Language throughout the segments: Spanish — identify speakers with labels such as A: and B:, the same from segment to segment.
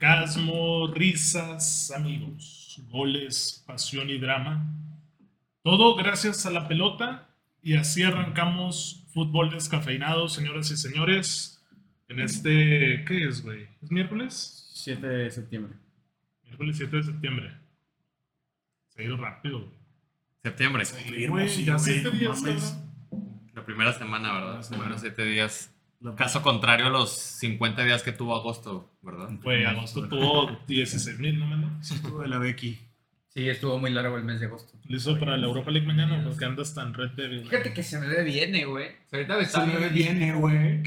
A: Sarcasmo, risas, amigos, goles, pasión y drama. Todo gracias a la pelota y así arrancamos fútbol descafeinado, señoras y señores. En este, ¿qué es, güey? ¿Es miércoles?
B: 7 de septiembre.
A: Miércoles 7 de septiembre. Se ha ido rápido, güey.
C: Septiembre.
A: Güey, ya siete días, cabrón.
C: La primera semana, ¿verdad?
B: La
C: Los
B: semana.
C: primeros siete días.
B: Lo-
C: Caso contrario a los 50 días que tuvo agosto, ¿verdad?
A: Güey, agosto tuvo 16 mil, ¿no, mano?
B: Estuvo de la Becky.
D: Sí, estuvo muy largo el mes de agosto.
A: ¿Listo para la Europa League mañana? Porque andas tan red débil.
D: Fíjate que se me ve bien, eh, güey. O sea, ahorita me
B: Se
D: está-
B: me ve bien, eh, güey.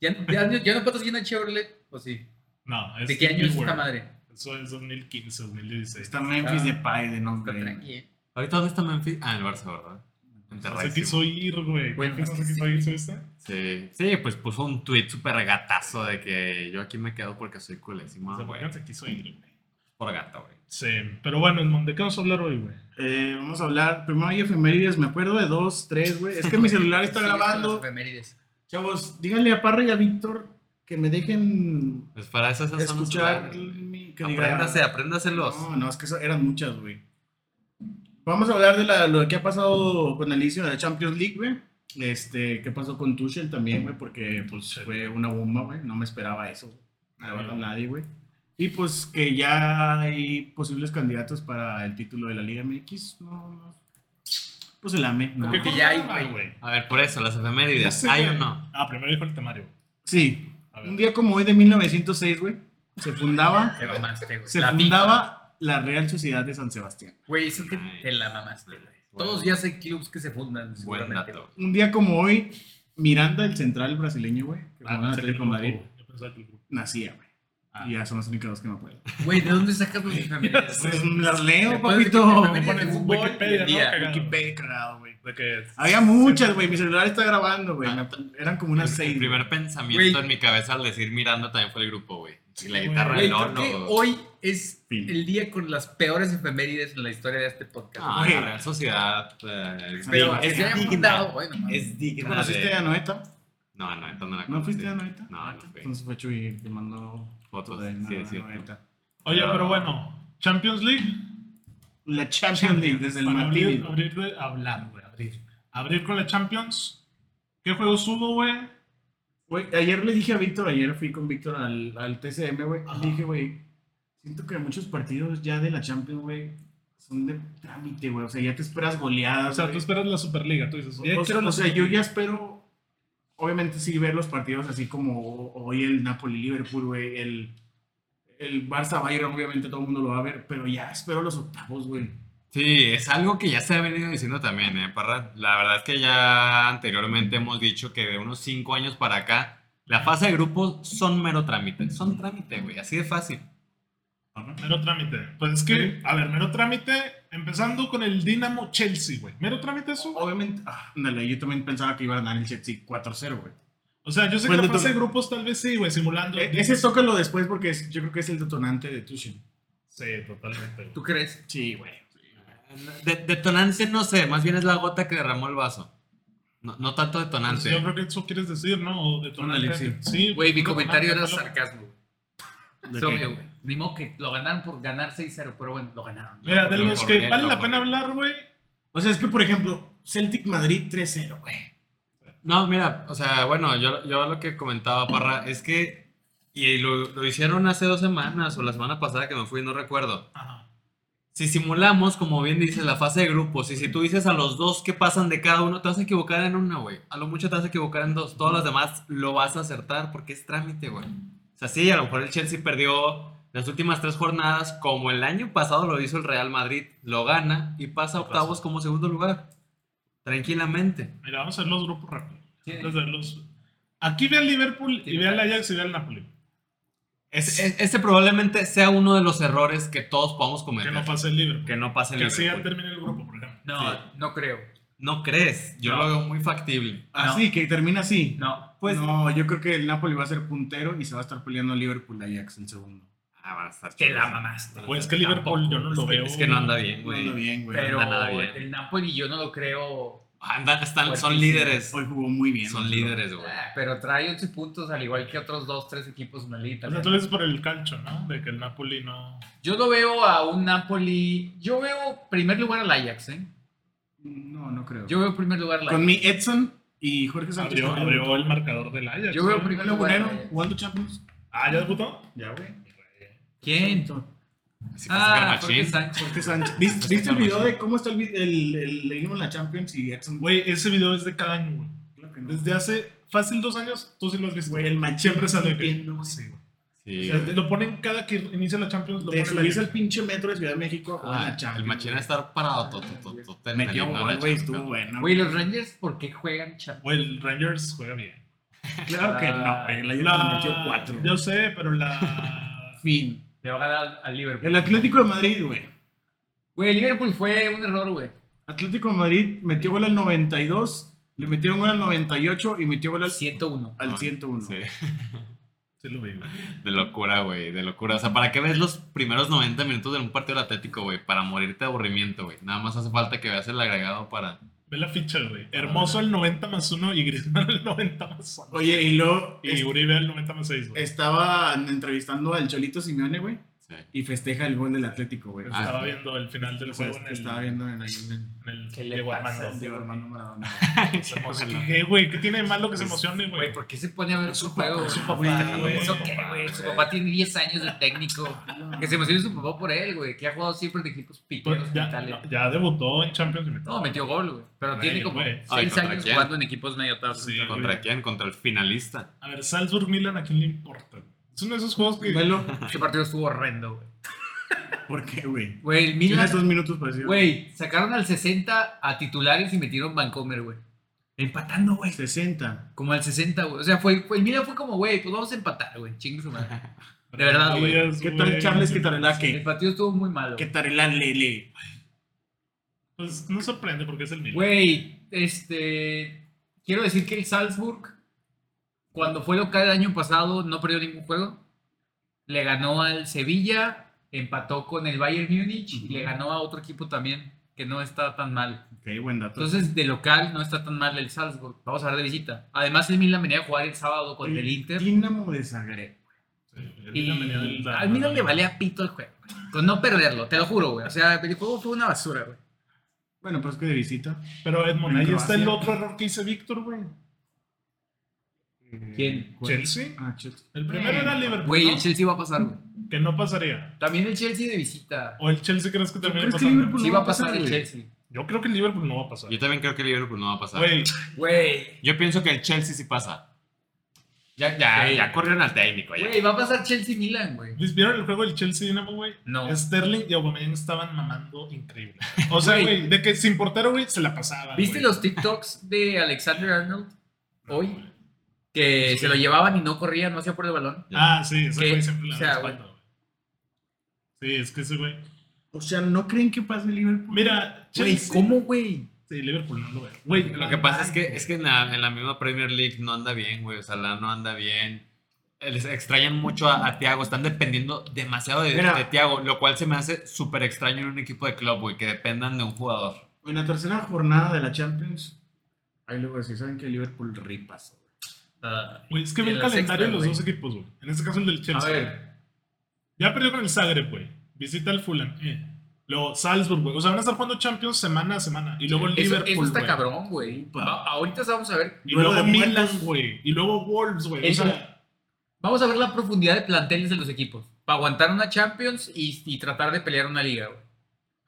D: ¿Ya, ya, ya no patrocina Chevrolet? Pues sí.
A: No, es
D: ¿De qué año es
A: keyword.
D: esta madre?
A: Eso es 2015, 2016.
B: Está Memphis de Pai de
D: Está
B: nombre.
D: tranqui. eh.
C: Ahorita dónde está Memphis? Ah, en el Barça, ¿verdad? En
A: No sé
C: Terracio.
A: qué hizo ir, güey.
D: Bueno,
A: ¿Qué no sé
D: es
A: qué
D: que
A: hizo
D: sí.
A: ir, ¿sabiste?
C: Sí. sí, pues puso un tweet súper gatazo de que yo aquí me quedo porque soy culésima,
A: Se
C: güey.
A: me se quiso ir, güey.
C: Por gata, güey.
A: Sí, pero bueno, ¿en dónde qué vamos a hablar hoy, güey?
B: Eh, vamos a hablar. Primero hay efemérides. Me acuerdo de dos, tres, güey. Es que mi celular está
D: Sí,
B: grabando.
D: las efemérides.
B: Chavos, díganle a Parra y a Víctor que me dejen
C: Pues para eso esas son
B: escuchar
C: las-
B: mi. que digan-
C: Apréndase, apréndaselos.
B: No, no, es que eso- eran muchas, güey. Vamos a hablar de la- lo que ha pasado con el inicio de la Champions League, güey. Este, qué pasó con Tuchel también, güey, porque pues fue una bomba, güey. No me esperaba eso, güey. la verdad, nadie, güey. Y pues que ya hay posibles candidatos para el título de la Liga MX. No, no. Pues el AME, ¿no?
A: ¿Qué
D: que
A: cosa
D: ya hay,
A: hablar,
D: güey.
C: A ver, por eso, las
A: Ya
C: efemérides.
A: sé,
C: ¿Hay o
A: güey.
C: no?
A: Ah, primero dijo el temario.
B: Sí.
A: A ver.
B: Un día como hoy de 1906, güey, se fundaba,
D: Te mamaste, güey.
B: se
D: La
B: fundaba la Real Sociedad de San Sebastián.
D: FIFA. Güey, eso te, te la mamaste, güey. Todos los días hay clubs que se fundan,
C: Buen
D: seguramente.
C: dato.
B: un día como hoy, Miranda, el central brasileño, güey, que
C: Ah,
B: jugaba en
A: Ah, pensé que
B: Atlético
A: el
B: Madrid,
A: grupo. Yo pensaba que el grupo.
B: nacía, güey.
A: Ah.
B: Y ya son las únicas dos que me acuerdo.
D: Güey, ¿de dónde sacas los efemérides?
B: Pues las leo,
D: Después de que
B: papito.
D: te metes
A: Pones
D: de fútbol
A: Wikipedia,
D: y el día.
A: ¿no? Cagado.
B: Wikipedia, cagado, güey.
A: De que-
B: Había muchas, güey. Mi celular está grabando, güey.
C: Ah.
B: Me- Eran como unas
C: El-
B: seis.
C: El
B: güey.
C: primer pensamiento
D: Güey.
C: en mi cabeza al decir Miranda también fue el grupo, güey. Y la
A: Sí,
C: guitarra
D: Güey,
C: del
D: creo
C: horno.
D: que
C: güey.
D: hoy es
B: Fin.
D: el día con las peores efemérides en la historia de este podcast.
C: Ah,
B: Güey.
C: la Real Sociedad. eh,
D: Pero
C: digna.
D: que se hayan
C: digna.
D: fundado, bueno, mames.
C: Es digna.
B: ¿Conociste
C: de-
B: a Noeta?
C: No, no, entonces no la
B: ¿No fuiste
C: conocí.
B: a Noeta?
C: No, no fui.
B: Entonces fue Chuy el que mandó
C: Fotos,
B: de
C: sí, es
B: sí,
C: cierto.
B: Noeta.
A: Oye, pero bueno, Champions League.
B: La Champions League desde el
A: Para
B: Madrid.
A: abrir, abrir de hablar, güey, abrir. Abrir con la Champions. ¿Qué juegos hubo, güey?
B: Güey, ayer le dije a Víctor, ayer fui con Víctor al, al TCM, güey.
A: Ajá.
B: Le dije, güey, siento que muchos partidos ya de la Champions, güey, son de trámite, güey. O sea, ya te esperas goleadas.
A: O sea, tú
B: güey.
A: esperas la Superliga, tú dices.
B: O-
A: "Ya
B: o sea,
A: quiero la
B: Pues, o sea, yo
A: Superliga".
B: ya espero, obviamente, sí ver los partidos así como hoy el Napoli-Liverpool, güey. El, el Barça-Bayern, obviamente, todo el mundo lo va a ver, pero ya espero los octavos, güey.
C: Sí, es algo que ya se ha venido diciendo también, ¿eh, Parra? La verdad es que ya anteriormente hemos dicho que de unos 5 años para acá, la fase de grupos son mero trámite. Son trámite, güey, así de fácil.
A: Mero trámite. Pues es que, a ver, mero trámite, empezando con el Dinamo Chelsea, güey. Mero trámite eso. güey.
B: Obviamente, ah, ándale, yo también pensaba que iba a ganar el Chelsea 4-0, güey.
A: O sea, yo sé
B: Bueno,
A: que la fase
B: tú-
A: de grupos tal vez sí, güey, simulando.
C: Eh,
B: E- Ese tócalo después porque es- yo creo que es el detonante de Tuchel.
A: Sí, totalmente. güey.
D: ¿Tú crees?
B: Sí, güey.
C: De- detonante no sé, más bien es la gota que derramó el vaso. No, no tanto
A: Pues
C: detonante.
A: Yo creo que eso quieres decir, ¿no? O detonante.
B: Ándale, sí.
A: Sí,
D: Güey, mi
A: no,
D: comentario
A: no,
D: era
A: no.
D: sarcasmo. güey. Es obvio, güey. Ni modo que lo ganaron por ganar 6-0, pero bueno, lo ganaron.
A: Mira, de
C: Lo
A: los
C: corrí,
A: que vale
C: lo
A: la
C: corrí.
A: pena hablar, güey.
B: O sea, es que, por ejemplo, Celtic Madrid 3-0, güey.
C: No, mira, o sea, bueno, yo, yo lo que comentaba, Parra, es que, y lo, lo hicieron hace dos semanas o la semana pasada que me fui, no recuerdo.
A: Ajá.
C: Si simulamos, como bien dices, la fase de grupos, y si tú dices a los dos que pasan de cada uno, te vas a equivocar en una, güey. A lo mucho te vas a equivocar en dos. Todas las demás lo vas a acertar porque es trámite, güey. O sea, sí, a lo mejor el Chelsea perdió las últimas tres jornadas, como el año pasado lo hizo el Real Madrid. Lo gana y pasa a octavos como segundo lugar. Tranquilamente.
A: Mira, vamos a ver los grupos rápido.
D: Sí.
A: Vamos a ver los- Aquí ve al Liverpool y
D: Sí,
A: ve al Ajax y ve al Napoli.
C: Es- es- E-, ese probablemente sea uno de los errores que todos podamos cometer.
A: Que no pase el Liverpool.
C: Que no pase el
A: Que así ya
C: Liverpool.
A: termine el grupo, por ejemplo.
D: No,
C: Sí.
D: no creo.
C: No crees. Yo
A: No.
C: lo veo muy factible.
B: Así, que termina así.
D: No.
C: Pues-
B: no, yo creo que el Napoli va a ser puntero y se va a estar peleando Liverpool Ajax el segundo.
C: Ah, van a estar
D: Te
C: chidos.
D: la mamaste.
A: Pues es que Liverpool yo no lo
C: Es que-
A: veo.
C: Es que no anda bien,
B: No
C: güey.
B: anda bien, güey.
D: Pero
C: anda nada bien.
D: el Napoli yo no lo creo
C: Andan, están, son
D: Fuertísimo.
C: líderes.
B: Pues, Hoy jugó muy bien.
C: Son
B: ¿no?
C: líderes, güey.
D: Ah, Pero trae 11 puntos, al igual que otros 2, 3 equipos Malí
A: O sea, tú le dices por el calcho, ¿no? De que el Napoli no.
D: Yo no veo a un Napoli. Yo veo primer lugar al Ajax, ¿eh?
B: No, no creo.
D: Yo veo primer lugar al Ajax.
B: Con mi Edson y Jorge Sánchez.
A: Abrió, abrió el marcador del Ajax.
D: Yo veo
A: ¿no?
D: primero-
B: El lagunero, jugando Champions.
A: Ah, ¿ya debutó?
B: Ya, güey.
D: ¿Quién?
C: Así
D: Ah,
C: pasa
D: Jorge
C: machín.
D: Sánchez.
B: Jorge Sánchez. ¿Viste,
A: Este
B: viste el video de cómo está el, vi- el, el equipo en la Champions y Edson?
A: Güey, ese video es de cada año, güey.
B: Claro que no.
A: Desde hace fácil dos años, tú sí lo has visto.
B: Güey, el macho
A: Siempre sale de que-
B: entiendo,
A: Sí, güey. O
C: Sí,
A: sea,
C: güey.
A: lo ponen cada que inicia la Champions, lo
B: Te
A: ponen
B: subís al
A: el
B: pinche metro de Ciudad de México a
C: Ah,
B: la Champions.
C: el machina estar parado. to- to- to- to- en
B: Metió
C: el-
B: un
C: en
B: gol,
C: la
B: güey,
C: Champions.
B: estuvo bueno.
D: Güey, los Rangers, ¿por qué juegan Champions?
A: Güey, el Rangers juega bien.
B: Claro que no, güey. El Ajax
A: La-
B: le metió cuatro.
A: Yo sé, pero la.
B: Fin.
D: Le va a ganar al- al Liverpool.
B: El Atlético de Madrid, güey.
D: Güey, el Liverpool fue un error, güey.
B: Atlético de Madrid metió gol al 92, le metieron gol al 98 y metió gol
A: Pues,
B: al,
D: 101.
B: al 101.
C: Sí.
A: Sí, lo vi, güey.
C: De locura, güey, de locura. O sea, ¿para qué ves los primeros 90 minutos de un partido del Atlético, güey? Para morirte de aburrimiento, güey. Nada más hace falta que veas el agregado para...
A: Ve la ficha, güey. Hermoso el 90 más 1 y Griezmann el 90 más 1.
B: Oye, y luego
A: Y
B: es-
A: Uribe el 90 más 6, güey.
B: estaban entrevistando al Cholito Simeone, güey,
C: sí.
B: y festeja el gol del Atlético, güey.
C: Ah,
A: Estaba
C: sí.
A: viendo el final del
B: O sea,
A: juego en el.
B: estaba viendo en ahí en el-
A: en el
D: ¿Qué le
A: Diego
D: pasa?
A: Armando.
B: Diego Armando Maradona.
A: Se mosqueé, güey. ¿Qué tiene de malo que se emocione,
D: Güey,
A: güey?
D: ¿por qué se pone a ver su
B: papá,
D: juego?
B: su
D: güey?
A: papá, güey.
D: ¿Eso qué, güey? Su papá tiene 10 años de técnico. Que se emocione su papá por él, güey. Que ha jugado siempre de equipos piqueros
A: Pues
D: y
A: ya,
D: tal.
A: no, ya debutó en Champions y metió-
D: No, metió gol, güey. Pero
A: Güey,
D: tiene como
A: güey.
D: 6
C: Ay, ¿contra
D: años
C: quién?
D: jugando en equipos medio tabla.
A: Sí, güey.
C: ¿Contra quién? Contra el finalista.
A: A ver, Salzburg Milan, ¿a quién le importa? Es uno de esos juegos que.
B: Velo,
D: Este partido estuvo horrendo, güey.
B: ¿por qué, güey?
D: Güey, el Milan,
B: Tienes dos minutos para decir.
D: güey, sacaron al 60 a titulares y metieron Vancomer, güey. Empatando, güey.
B: 60.
D: Como al 60, güey. O sea, fue, fue- el Milan fue como, güey, pues vamos a empatar, güey. Chingue su madre. De verdad, güey.
A: Díaz,
B: ¿Qué tal
A: Pues, güey.
B: Charles? ¿Qué tal
D: El
B: el
D: partido estuvo muy malo.
B: ¿Qué tal el Lele?
A: Pues no sorprende porque es el Milan.
D: Güey, este. Quiero decir que el Salzburg, cuando fue local el año pasado, no perdió ningún juego. Le ganó al Sevilla, empató con el Bayern Múnich y le
B: Ujú.
D: ganó a otro equipo también, que no está tan mal.
B: Ok, buen dato.
D: Entonces, de local no está tan mal el Salzburg. Vamos a ver de visita. Además, el Milan venía a jugar el sábado contra el Inter.
B: Dinamo de Zagreb.
A: Sí, el
D: Y
A: Milan venía del-
D: al Milan le valía pito el juego, güey. con no perderlo, te lo juro, güey. O sea, el juego fue una basura, güey.
B: Bueno, pero es que de visita.
A: Pero Edmond, ahí
B: En
A: está el
B: Croacia.
A: otro error que hice Víctor, güey.
D: ¿Quién?
A: Chelsea.
B: Ah, Chelsea.
A: El primero era Liverpool.
D: Güey,
A: ¿no?
D: el Chelsea va a pasar, güey.
A: Que no pasaría.
D: También el Chelsea de visita.
A: ¿O el Chelsea crees que termine
B: crees que
A: pasando?
B: Liverpool-
D: Sí va a pasar el
B: pues, güey.
D: Chelsea.
A: Yo creo que el Liverpool no va a pasar.
C: Yo también creo que el Liverpool no va a pasar.
A: Güey,
D: Güey,
C: Yo pienso que el Chelsea sí pasa. Ya, ya,
D: Sí.
C: ya corrieron al técnico, ya.
D: güey, va a pasar Chelsea Milan, güey.
A: ¿vieron el juego del Chelsea Dinamo, güey?
D: No.
A: Sterling y Aubameyang estaban mamando increíble. O sea,
D: Güey.
A: güey, de que sin portero, güey, se la pasaba.
D: ¿Viste
A: güey.
D: los TikToks de Alexander Arnold hoy?
A: Sí.
D: Que se lo llevaban y no corrían, no hacía por el balón.
A: Ah, sí, ese
D: ¿Qué?
A: güey siempre
D: O
A: la
D: sea,
A: respalda, güey. Sí, es que ese güey.
B: O sea, ¿no creen que pase el Liverpool?
A: Mira,
D: Güey,
A: Chelsea.
D: ¿cómo, güey?
A: Sí, Liverpool no lo veo.
C: Güey, lo que pasa es que, es que en, la, en la misma Premier League no anda bien, güey. O sea, la no anda bien. Les extrañan mucho a, a Thiago. Están dependiendo demasiado de,
B: Mira.
C: de Thiago, lo cual se me hace súper extraño en un equipo de club, güey, que dependan de un jugador.
B: En la tercera jornada de la Champions, ahí luego decís, ¿saben que Liverpool ripas?
A: Güey, es que ve
D: En
A: el
D: la
A: calendario de
D: sexta,
A: los
D: güey.
A: dos equipos, güey. En este caso el del
D: Ah, A
A: Chelsea.
D: ver,
A: Ya perdió con el Zagreb, güey. Visita al Fulham. eh. Luego Salzburg, güey. O sea, van a estar jugando Champions semana a semana. Y luego el
D: eso,
A: Liverpool,
D: eso está
A: güey.
D: cabrón, güey. Va- Ahorita vamos a ver.
A: Y
B: Duelo
A: luego
B: de
A: Milan,
B: muertos.
A: güey. Y luego Wolves, güey. O
D: Eso-
A: sea,
D: Vamos a ver la profundidad de planteles de los equipos. Para aguantar una Champions y, y tratar de pelear una liga, güey.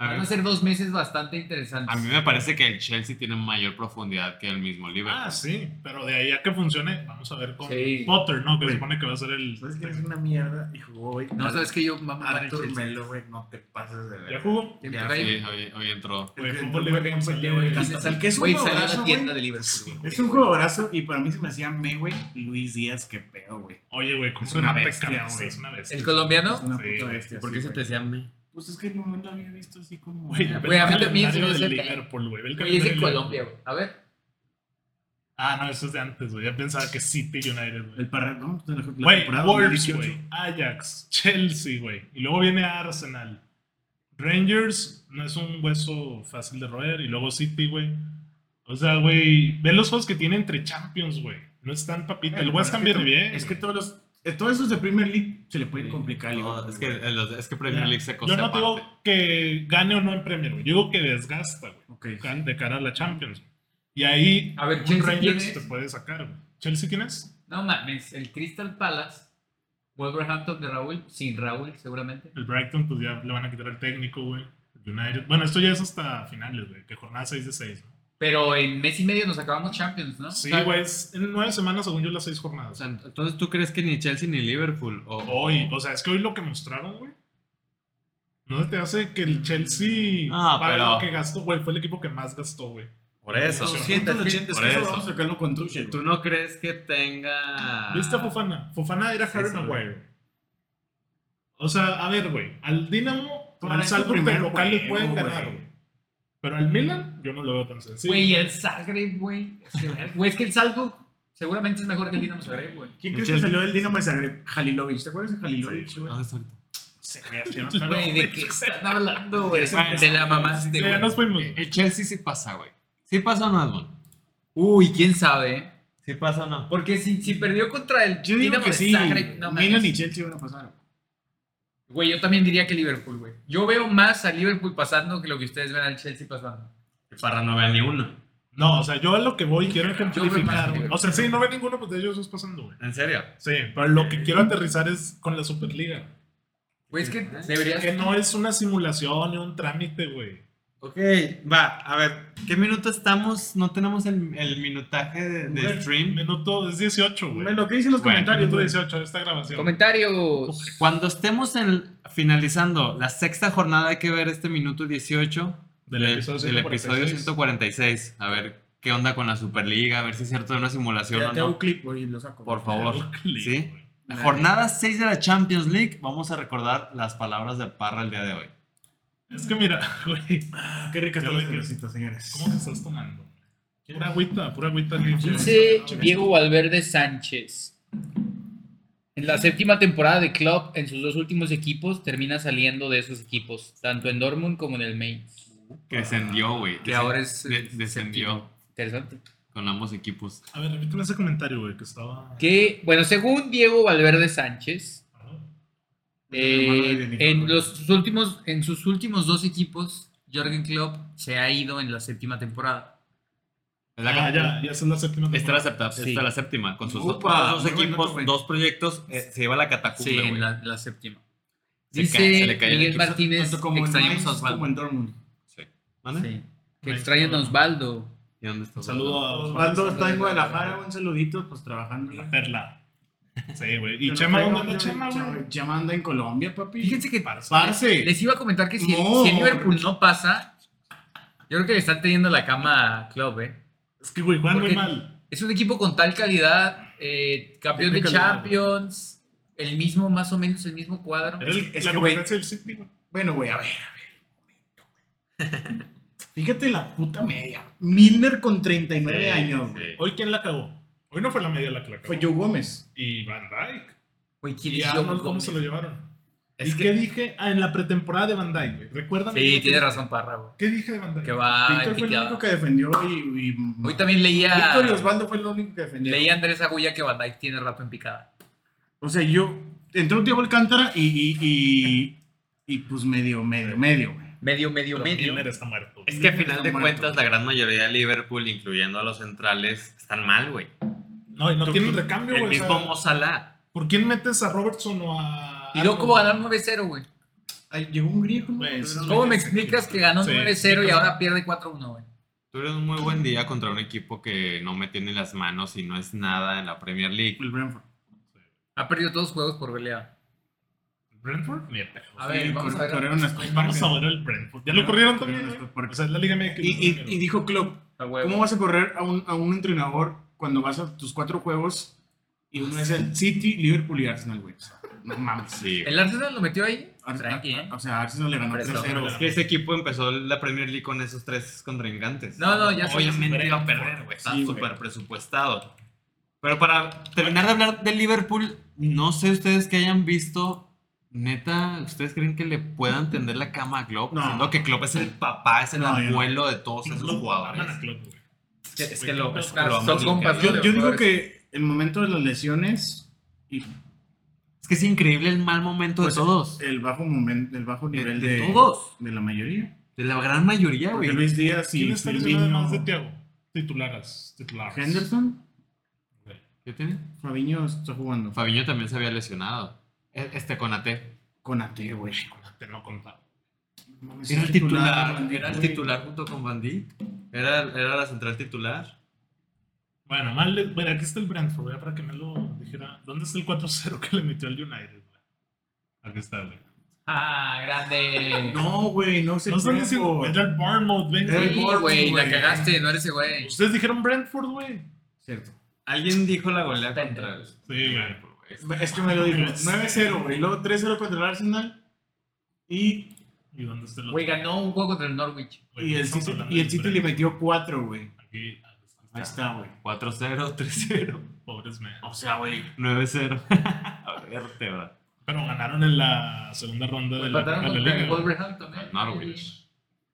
C: A
D: Van
C: mí,
D: a ser dos meses bastante
C: a mí
D: interesantes.
C: me parece que el Chelsea tiene mayor profundidad que el mismo Liverpool.
A: ah, sí. Pero de ahí a que funcione, vamos a ver con
D: Sí.
A: Potter, ¿no? Que
B: Güey.
A: se supone que va a ser el.
B: ¿Sabes que eres una mierda? Y jugó, güey.
D: No, sabes que yo mamá para el
B: Arthur
D: Chelsea.
B: Melo, güey, no te pases de ver.
A: ¿Ya jugó?
D: ¿Quién
B: Ya,
D: trae?
C: Sí, hoy, hoy entró.
A: Güey,
B: El que
A: fútbol
B: entró fue
A: Liverpool
B: Liverpool,
A: salió,
B: güey.
A: güey.
B: Hasta el que es un
D: Güey, salió a
B: jugadorazo,
D: la
B: güey.
D: tienda de Liverpool. güey.
B: Es un jugadorazo y para mí se me hacía me, güey, Luis Díaz, qué pedo, güey.
A: Oye, güey, como
B: Es
A: una
B: una bestia,
A: pecaminosa,
B: güey.
A: Es una bestia.
D: ¿El colombiano?
B: Es una
A: Sí,
B: puta
A: güey.
B: bestia.
C: ¿Por
B: sí,
C: qué se
B: güey.
C: te decía me?
B: Pues es que no lo había visto así como...
A: Güey,
B: Güey,
A: ve
D: Güey, a mí
A: el
D: también se me
A: calendario
D: hace
A: del
D: pe-
A: Liverpool, güey. Ve el
D: Güey, es
A: calendario del
D: en Colombia,
A: Liverpool.
D: güey. A ver.
A: Ah, no, eso es de antes, güey. Ya pensaba que City United, güey.
B: El parra... No, la, la
A: Güey,
B: temporada
A: Wolves,
B: 2018.
A: güey. Ajax, Chelsea, güey. Y luego viene Arsenal. Rangers no es un hueso fácil de roer. Y luego City, güey. O sea, güey, ve los juegos que tiene entre Champions, güey. No están papita. El West Ham
B: Es que
A: viene
B: to-
A: bien.
B: Es que
A: güey.
B: todos los. eh, Todos esos de Premier League se le pueden complicar. al
C: No,
B: Liverpool,
C: es, que,
B: güey.
C: eh, los- es que Premier League se
A: Yo
C: cose
A: no te digo
C: aparte.
A: que gane o no en Premier, güey. Yo digo que desgasta, güey.
B: Ok.
A: can- De cara a la Champions. Y ahí
D: A ver,
A: un
D: Chelsea,
A: Rangers
D: ¿quién
A: te
D: es?
A: puede sacar, güey. ¿Chelsea quién es?
D: No mames, el Crystal Palace, Wolverhampton de Raúl, sin Raúl seguramente.
A: El Brighton, pues ya le van a quitar el técnico, güey. El United. Bueno, esto ya es hasta finales, güey. Que jornada 6 de 6.
D: Pero en mes y medio nos acabamos Champions, ¿no?
A: Sí,
D: O sea,
A: güey. es En nueve semanas, según yo, las seis jornadas.
C: O sea, entonces tú crees que ni Chelsea ni Liverpool. O,
A: Hoy, o sea, es que hoy lo que mostraron, güey. No se te hace que el Chelsea,
C: Ah,
A: para
C: pero-
A: lo que gastó, güey, fue el equipo que más gastó, güey.
C: por eso.
B: 280, es
C: Por
B: que eso
C: eso.
B: vamos a sacarlo con Tuchel.
C: ¿Tú no crees que tenga.
A: ¿Viste a Fofana? Fofana era Harry
C: Ah, sí,
A: Maguire. güey. O sea, a ver, güey, al Dinamo,
B: Pero
A: al
B: es tu
A: Salzburg de
B: primer
A: local le
B: juego,
A: pueden
B: güey.
A: ganar, güey. Pero al Milan, yo no lo veo tan sencillo.
D: Güey, el Zagreb, güey. Es que- Güey, es que el Salzburg seguramente es mejor que el Dinamo Zagreb, güey.
B: ¿Quién
C: El
B: crees que
C: Chelsea.
B: salió del Dinamo de Zagreb? Jalilovic. ¿Te acuerdas de Jalilovic, güey?
C: Ah, es ahorita.
A: Se me hace, no está
D: Güey,
A: loco.
D: ¿de qué están hablando, güey?
C: Bueno,
D: De la mamaste,
A: Ya
D: güey.
A: nos fuimos.
C: El Eh, Chelsea sí pasa, güey. Sí pasa o no, Edmond.
D: Uy, quién sabe, eh?
C: Sí pasa o no.
D: Porque si, si perdió contra el
B: Yo digo
D: Dinamo
B: que
D: de
B: sí.
D: Zagreb, no mames.
B: Milan y Chelsea van a pasar.
D: Güey, yo también diría que Liverpool, güey. Yo veo más a Liverpool pasando que lo que ustedes ven al Chelsea pasando.
C: Para no vean ni uno.
A: No, o sea, yo a lo que voy quiero
D: más,
A: ejemplificar, güey.
D: güey.
A: O sea, sí, no ve ninguno pues, de ellos dos pasando, güey.
C: ¿En serio?
A: Sí, pero lo que quiero aterrizar es con la Superliga.
D: Güey, es que deberías...
A: Que no es una simulación ni un trámite, güey.
C: Ok, va, a ver, ¿qué minuto estamos? No tenemos el, el minutaje de, de
A: Güey,
C: stream.
A: Minuto es 18,
B: Me
A: güey.
B: Lo que dicen los
C: Bueno,
B: comentarios,
A: Minuto
B: güey.
A: 18 de esta grabación.
D: Comentarios.
C: Cuando estemos en- finalizando la sexta jornada, hay que ver este minuto 18
A: Del
C: de-
A: episodio
C: del episodio
A: 146.
C: 146. A ver qué onda con la Superliga, a ver si es cierto de una simulación
B: Ya
C: o
B: Te hago un
C: no.
B: clip, güey, y lo saco.
C: Por favor. Sí.
A: Sí.
C: La jornada 6 de la Champions League, vamos a recordar las palabras del Parra el día de hoy.
A: Es que mira, güey.
B: Qué rica está
A: Yo
B: la
A: le-
B: cervecita, señores.
A: ¿Cómo que estás tomando? Pura agüita, pura agüita. que-
D: Dice Diego Valverde Sánchez. En la séptima temporada de Club, en sus dos últimos equipos, termina saliendo de esos equipos, tanto en Dortmund como en el Mainz.
C: Que descendió, güey.
D: Que
C: Desen-
D: ahora es eh, el
C: de- descendió
D: Interesante.
C: con ambos equipos.
A: A ver, repíteme ese comentario, güey, que estaba.
D: Que, bueno, según Diego Valverde Sánchez,
B: Hermano de
D: eh,
B: Nicolás.
D: en, los sus últimos, en sus últimos dos equipos, Jorgen Klopp se ha ido en la séptima temporada.
C: Es la
A: Ah, ya, ya es la séptima.
C: Esta la,
A: temporada.
C: septa-
D: Sí.
C: esta la séptima, con sus
B: Upa,
C: dos, dos
B: muy buen
C: equipos,
B: dato, güey.
C: dos proyectos, eh, se lleva la catacumba,
D: Sí,
C: güey.
D: en la, la séptima.
C: Se
D: Dice
C: cae- se le cayó el
D: Miguel
C: equipo.
D: Martínez,
B: Tanto como en
D: extrañamos a
B: Mainz
D: Osvaldo.
B: como en Dortmund.
C: Sí. ¿Mande?
D: Sí. Que extrañan a Osvaldo.
C: ¿Y dónde está?
A: Un saludo a
B: Osvaldo está en Guadalajara, un saludito, pues trabajando.
A: La perla. Sí, güey. ¿Y Chema dónde anda Chema, güey?
B: Chema anda en Colombia, papi.
D: Fíjense que
B: Parce.
D: les iba a comentar que si,
B: No.
D: si el Liverpool no pasa, yo creo que le están teniendo la cama a Klopp, ¿eh?
A: Es que, güey, juegan muy
D: Porque-
A: mal.
D: Es un equipo con tal calidad, eh, campeón de
B: Tiene calidad,
D: Champions, el mismo, más o menos el mismo cuadro.
A: Era el-
B: es
A: la
B: que, güey,
A: competencia del City, güey.
B: Bueno, güey, a ver, a ver. un momento, güey. Fíjate la puta media. Milner con 39 años, güey.
A: ¿Hoy quién la cagó? Hoy no fue la media la que la cagó.
B: Fue Joe Gómez.
A: Y Van Dyke.
D: Güey, ¿quién
A: Y
D: es
A: Arnold,
D: Joe
A: ¿cómo
D: Gómez?
A: se lo llevaron?
D: Es
A: ¿Y
D: que-
A: qué dije? Ah, en la pretemporada de Van Dyke, güey. ¿Recuerdan?
D: Sí, tiene razón Parra, güey.
A: ¿Qué dije de Van Dyke?
D: Que va
B: Víctor fue el único
D: picado.
B: que defendió y. y-
D: Hoy Ah, también leía,
B: Víctor y Osvaldo fue el único que defendió.
D: leía a Andrés Agulla que Van Dijk tiene rato en picada.
B: O sea, yo. Entró un tío Alcántara y. y, y y pues medio, medio, medio, güey.
D: Medio, medio,
A: Pero
D: medio.
A: Miller está muerto.
C: Es que a final de
B: Está
C: cuentas, la gran mayoría de Liverpool, incluyendo a los centrales, están mal, güey.
A: No, y no
C: Tú-
A: tienen recambio,
C: El
A: güey. o sea,
C: mismo Mo Salah.
A: ¿Por quién metes a Robertson o a.
D: Y luego, ¿cómo
A: como
D: ganar 9-0, güey?
B: Ay, Llegó un griego, ¿no?
A: Pues,
B: Pero-
D: ¿Cómo me explicas que ganó
A: Sí.
D: 9-0 y ahora pierde 4-1, güey?
C: Tuvieron un muy buen día contra un equipo que no me tiene las manos y no es nada en la Premier League.
B: El Brentford.
D: Ha perdido todos los juegos por pelea.
A: ¿Brentford? Ni de pedo.
D: A ver,
B: Sí,
D: vamos a
B: cor-
D: ver.
B: corrieron hasta
A: Ay, Vamos a
B: Parker.
A: ver al Brentford. Ya lo corrieron también,
B: Corrieron hasta
A: güey.
B: Parker.
A: O sea, es la Liga MX.
B: Y, y- y dijo Klopp,
D: A huevo.
B: ¿cómo vas a correr a un, a un entrenador cuando vas a tus cuatro juegos y uno es el City, Liverpool y Arsenal, güey? O sea, no mames.
C: Sí.
D: ¿El Arsenal lo metió ahí?
B: Ar-
D: Tranqui,
B: a-
D: ¿eh?
B: O sea, Arsenal le ganó
D: Pero
B: 3-0.
A: no,
C: Es que ese equipo empezó la Premier League con esos tres contrincantes.
D: No, no, ya sé.
C: Obviamente
A: sí,
C: iba a
A: sí,
C: perder, güey. Está
B: sí, güey.
C: súper presupuestado. Pero para terminar de hablar del Liverpool, no sé ustedes que hayan visto. Neta, ¿ustedes creen que le puedan tender la cama a Klopp?
B: No.
C: Siendo que Klopp es el papá, es el
B: No, yo no.
C: abuelo de todos
A: No
C: esos
A: lo aman
C: jugadores.
A: a Klopp, güey.
D: que- es que
A: Güey,
D: lo,
A: qué
D: es que
A: pedo.
D: lo
C: Lo
D: son
C: amo,
D: compas.
B: Yo,
D: güey,
B: yo digo
D: jugadores.
B: que el momento de las lesiones y
C: Es que es increíble el mal momento
B: Pues,
C: de todos.
B: el bajo momento, el bajo
C: De,
B: nivel
C: de
B: de,
C: todos.
B: de la mayoría.
C: De la gran mayoría,
B: Porque
C: güey.
B: Luis Díaz
A: ¿Quién
B: y
A: está lesionado además de
B: Firmino,
A: Thiago? Titulares. titulares.
B: Henderson,
A: Ok.
C: ¿Qué tiene?
B: Fabiño está jugando
C: Fabiño también se había lesionado. E- Este con AT. Era
B: con AT, güey.
A: Te no contaba.
B: Mames,
C: el
B: es
C: titular.
B: Van Dijk,
C: Era el
B: güey.
C: titular junto con Van Dijk. Era, era la central titular.
A: Bueno, mal le- bueno, aquí está el Brentford, ¿verdad? para que me lo dijera. ¿Dónde está el 4-0 que le metió al United? güey? Aquí está, güey.
D: Ah, grande.
B: No, güey, no se
A: No están diciendo, era el Bournemouth, ven,
B: Era el
A: güey.
D: Sí,
B: Borgo,
D: güey, la
B: güey.
D: cagaste, no eres ese güey.
A: Ustedes dijeron Brentford, güey.
B: Cierto.
C: Alguien dijo la golea contra el-
A: Sí, güey.
B: Es que me lo dijo. 9-0, güey. Luego 3-0 contra el Arsenal. Y,
A: ¿Y dónde está el otro?
D: Güey, ganó un juego contra el Norwich.
A: Güey,
B: y el,
A: estamos
B: City,
A: hablando
B: y el Ah.
A: del
B: City le
A: Brentford.
B: metió 4, güey.
A: Aquí,
B: Ahí está, güey.
C: 4-0, 3-0,
A: pobres me. ah,
B: O sea, güey.
C: 9-0. A ver, te va.
A: Pero ganaron en la segunda ronda de la,
D: Empataron
A: de la liga.
D: Pues contra el
A: güey.
D: Wolverhampton, ¿eh?
C: Norwich.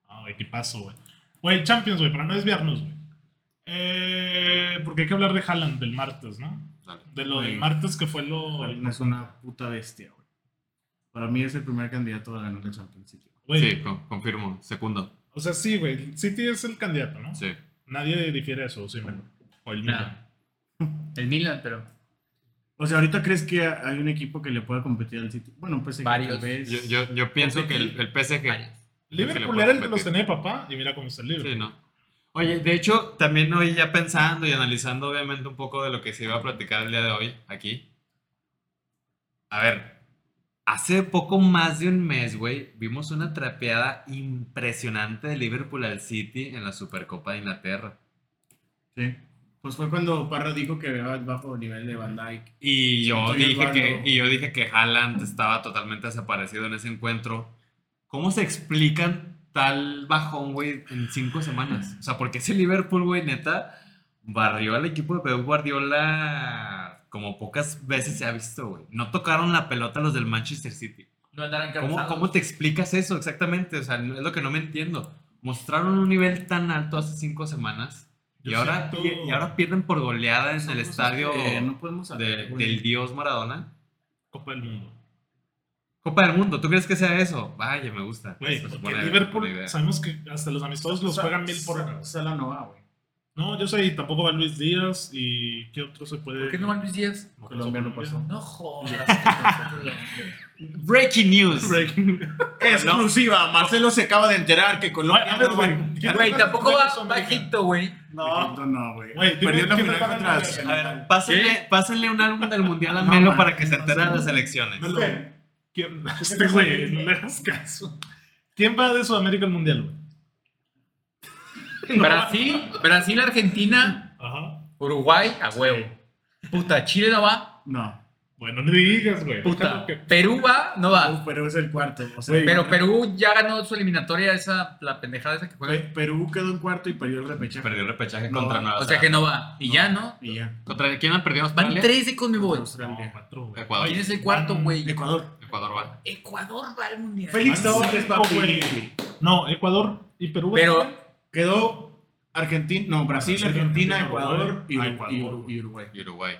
A: Ah, güey, qué paso, güey. Güey, Champions, güey, para no desviarnos, güey. Eh, porque hay que hablar de Haaland del martes, ¿no?
C: Dale.
A: De lo
B: Güey.
A: del martes que fue lo.
B: Haaland es una puta bestia, güey. Para mí es el primer candidato a ganar la Champions League.
A: Güey,
C: Sí, con- confirmo. Segundo.
A: O sea, sí, güey. el City es el candidato, ¿no?
C: Sí.
A: Nadie difiere eso, sí, me O el Milan.
D: El Milan, pero.
B: O sea, ¿ahorita crees que hay un equipo que le pueda competir al City? Bueno, pues
D: Varios.
C: Yo, yo, yo pienso que el, el PSG.
A: Liverpool era el que los tenía de papá y mira cómo está el
C: Sí,
A: Liverpool.
C: ¿no? Oye, de hecho, también hoy ya pensando y analizando obviamente un poco de lo que se iba a platicar el día de hoy aquí. A ver, hace poco más de un mes, güey, vimos una trapeada impresionante de Liverpool al City en la Supercopa de Inglaterra.
B: Sí. Pues fue cuando Parra dijo que había el bajo nivel de Van Dyke.
C: Y yo,
B: Estoy
C: dije que,
B: hablando.
C: y yo dije que Haaland estaba totalmente desaparecido en ese encuentro. ¿Cómo se explican tal bajón, güey, en cinco semanas? O sea, porque ese Liverpool, güey, neta, barrió al equipo de Pep Guardiola como pocas veces se ha visto, güey. No tocaron la pelota los del Manchester City.
D: No andarán
C: ¿Cómo,
D: cansados.
C: cómo te explicas eso exactamente? O sea, no- es lo que no me entiendo. Mostraron un nivel tan alto hace cinco semanas y
A: Yo
C: ahora,
A: siento-
C: y, y ahora pierden por goleada en el estadio
B: no podemos
C: de-
B: saber, güey.
C: del dios Maradona.
A: Copa del Mundo.
C: Copa del Mundo, ¿tú crees que sea eso? Vaya, me gusta.
A: Güey,
C: Eso es
A: porque
C: buena- buena
A: Liverpool,
C: idea.
A: sabemos que hasta los amistosos los
B: Sa-
A: juegan mil por
B: Sa- Sala no va, güey.
A: No, yo sé, y tampoco va Luis Díaz y ¿qué otro se puede...?
D: ¿Por qué no van Luis Díaz?
A: No,
B: Colombia no pasó.
D: No jodas.
C: Breaking news.
A: Breaking.
B: Exclusiva. Marcelo se acaba de enterar que
A: Colombia no va.
D: Güey, tampoco va
A: Son
D: bajito, güey.
B: No, no, güey.
A: Güey, dime
B: Perdió la
A: quién
B: final
A: acaba de
B: contra
A: ganar.
C: A
B: Arsenal.
C: ver, pásenle, pásenle un álbum del Mundial a
B: No,
C: Melo
B: man,
C: para que se
B: no
C: entere
B: sé.
C: de las elecciones.
A: No lo- ¿Quién- Este güey, no le hagas caso. ¿Quién va de Sudamérica al Mundial, güey?
D: Brasil, Brasil, Argentina,
A: Ajá.
D: Uruguay, a huevo. Puta, Chile no va.
B: No.
A: Bueno, no le digas, güey.
D: Puta,
A: Déjalo que-
D: Perú va, no
C: Ah.
D: va.
B: Perú es el cuarto. o sea,
A: Güey,
D: Pero Perú ya ganó su eliminatoria, esa, la pendejada esa que
B: Pe-
D: juega.
B: Perú quedó en cuarto y perdió el repechaje.
C: Perdió el repechaje
B: No,
C: contra Nueva
D: O sea que no va. Y ya, ¿no?
B: Y ya.
C: ¿Contra quién la perdió?
D: Van
C: ¿Australia?
D: 13 con mi voy.
A: No,
B: Australia.
A: cuatro, güey.
C: Ecuador.
D: ¿Quién es el cuarto, güey?
B: Ecuador.
C: Ecuador va.
D: Ecuador va al mundial.
B: Félix
A: Van
B: Torres,
A: cinco, güey.
B: papi.
A: No, Ecuador y Perú. güey.
D: Pero
B: Quedó Argentina, no, Brasil,
A: Brasil,
B: Argentina,
A: Argentina,
B: Ecuador y,
A: Uruguay.
B: Ur-
A: Ah,
B: y
A: Ecuador,
B: Ur- y Uruguay.
C: Y Uruguay.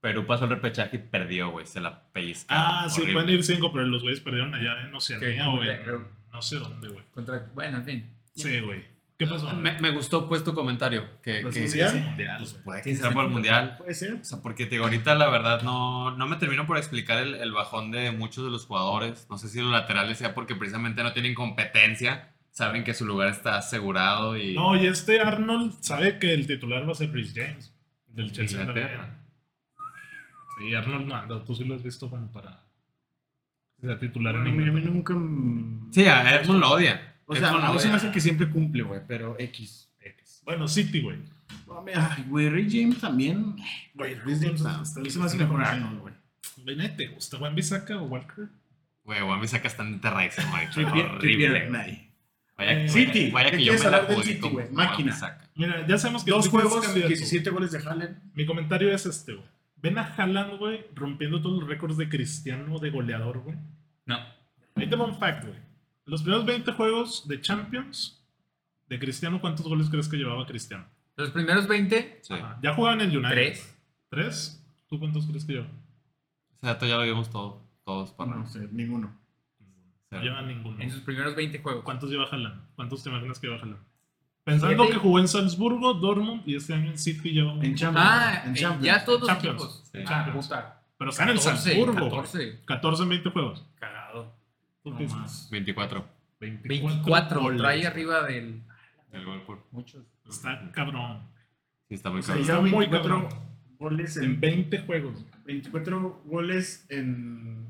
C: Perú pasó el repechaje y perdió, güey. Se la pellizca.
A: Ah, sí,
C: Horrible.
A: pueden ir cinco, pero los güeyes perdieron allá en Oceanía,
D: Sí,
A: güey.
D: creo.
A: No sé dónde, güey.
D: contra. Bueno, en fin.
A: Sí, güey. ¿Qué pasó?
C: Me, me gustó pues tu comentario. Que,
B: Pues,
C: que
B: sí, sí.
A: Mundial, güey.
C: puede que sea por el Mundial.
B: Puede ser.
C: O sea, porque te digo, ahorita la verdad no, no me termino por explicar el, el bajón de muchos de los jugadores. No sé si los laterales sea porque precisamente no tienen competencia, saben que su lugar está asegurado y...
A: No, y este Arnold sabe que el titular va a ser Rhys James, del Chelsea.
C: Inglaterra.
A: también. Sí, Arnold no anda, tú sí lo has visto como para ser titular
B: Bueno, a
A: en
B: mí a mí
A: Inglaterra.
B: nunca. mm,
C: Sí, a Edmund lo odia.
B: O sea,
C: Edmund
B: a
C: lo
B: mí se me
C: odia.
B: hace que siempre cumple, güey, pero X.
A: Bueno, City, güey.
B: Mami, Ay, güey, Ray James también.
A: Güey,
B: Ray James
A: está-
B: está-
A: está-
B: a mí se me hace mejor Arnold, güey.
A: Venete, ¿gusta Juan Bisaca o Walker?
C: Güey, güey, me saca tan terraísimo, güey.
B: Trippier- Trippier,
C: Horrible.
B: nadie.
C: Vaya, que-
B: City,
C: Vaya
B: ¿qué
C: que yo
B: quieres
C: me la
B: hablar del
C: jugué
B: City,
C: con
B: güey?
C: Juan
B: Máquina.
C: Bisaca.
A: Mira, ya sabemos que
B: Dos
A: tú tienes
B: juegos,
A: candidato.
B: 17 goles de Haaland.
A: Mi comentario es este, güey. Ven a Haaland, güey, rompiendo todos los récords de Cristiano de goleador, güey.
D: No.
A: Ahí te va un fact, güey. Los primeros 20 juegos de Champions de Cristiano, ¿cuántos goles crees que llevaba Cristiano?
D: Los primeros 20,
C: Sí.
A: Ajá. Ah, Ya jugaban en el United.
D: 3.
A: ¿Tres? ¿Tú cuántos crees que yo?
C: Ese dato ya lo vimos todo, todos para
B: No sé, ninguno.
A: No llevan ninguno.
D: En sus primeros 20 juegos.
A: ¿Cuántos lleva Haaland? ¿Cuántos te imaginas que lleva Haaland? Pensando
D: Siete.
A: que jugó en Salzburgo, Dortmund y este año en City lleva un...
B: En Champions.
D: Ah,
B: en
D: eh,
B: Champions.
D: ya todos los
A: Champions.
D: equipos.
C: Sí.
D: Ah,
A: Champions.
D: puta.
A: Pero está en el
D: 14,
A: Salzburgo.
D: 14.
A: 14 en 20 juegos.
D: Cagado.
A: ¿Tú
B: No
A: qué dices?
B: más.
C: 24.
D: 24.
A: goles.
D: Trae arriba del.
C: El gol por.
D: Muchos.
A: Está cabrón.
C: Sí, está muy
B: O sea,
C: caro.
A: Está
B: hizo
A: muy
B: 24
A: cabrón.
B: goles
A: En
B: en,
A: 20 juegos.
B: 24 goles en,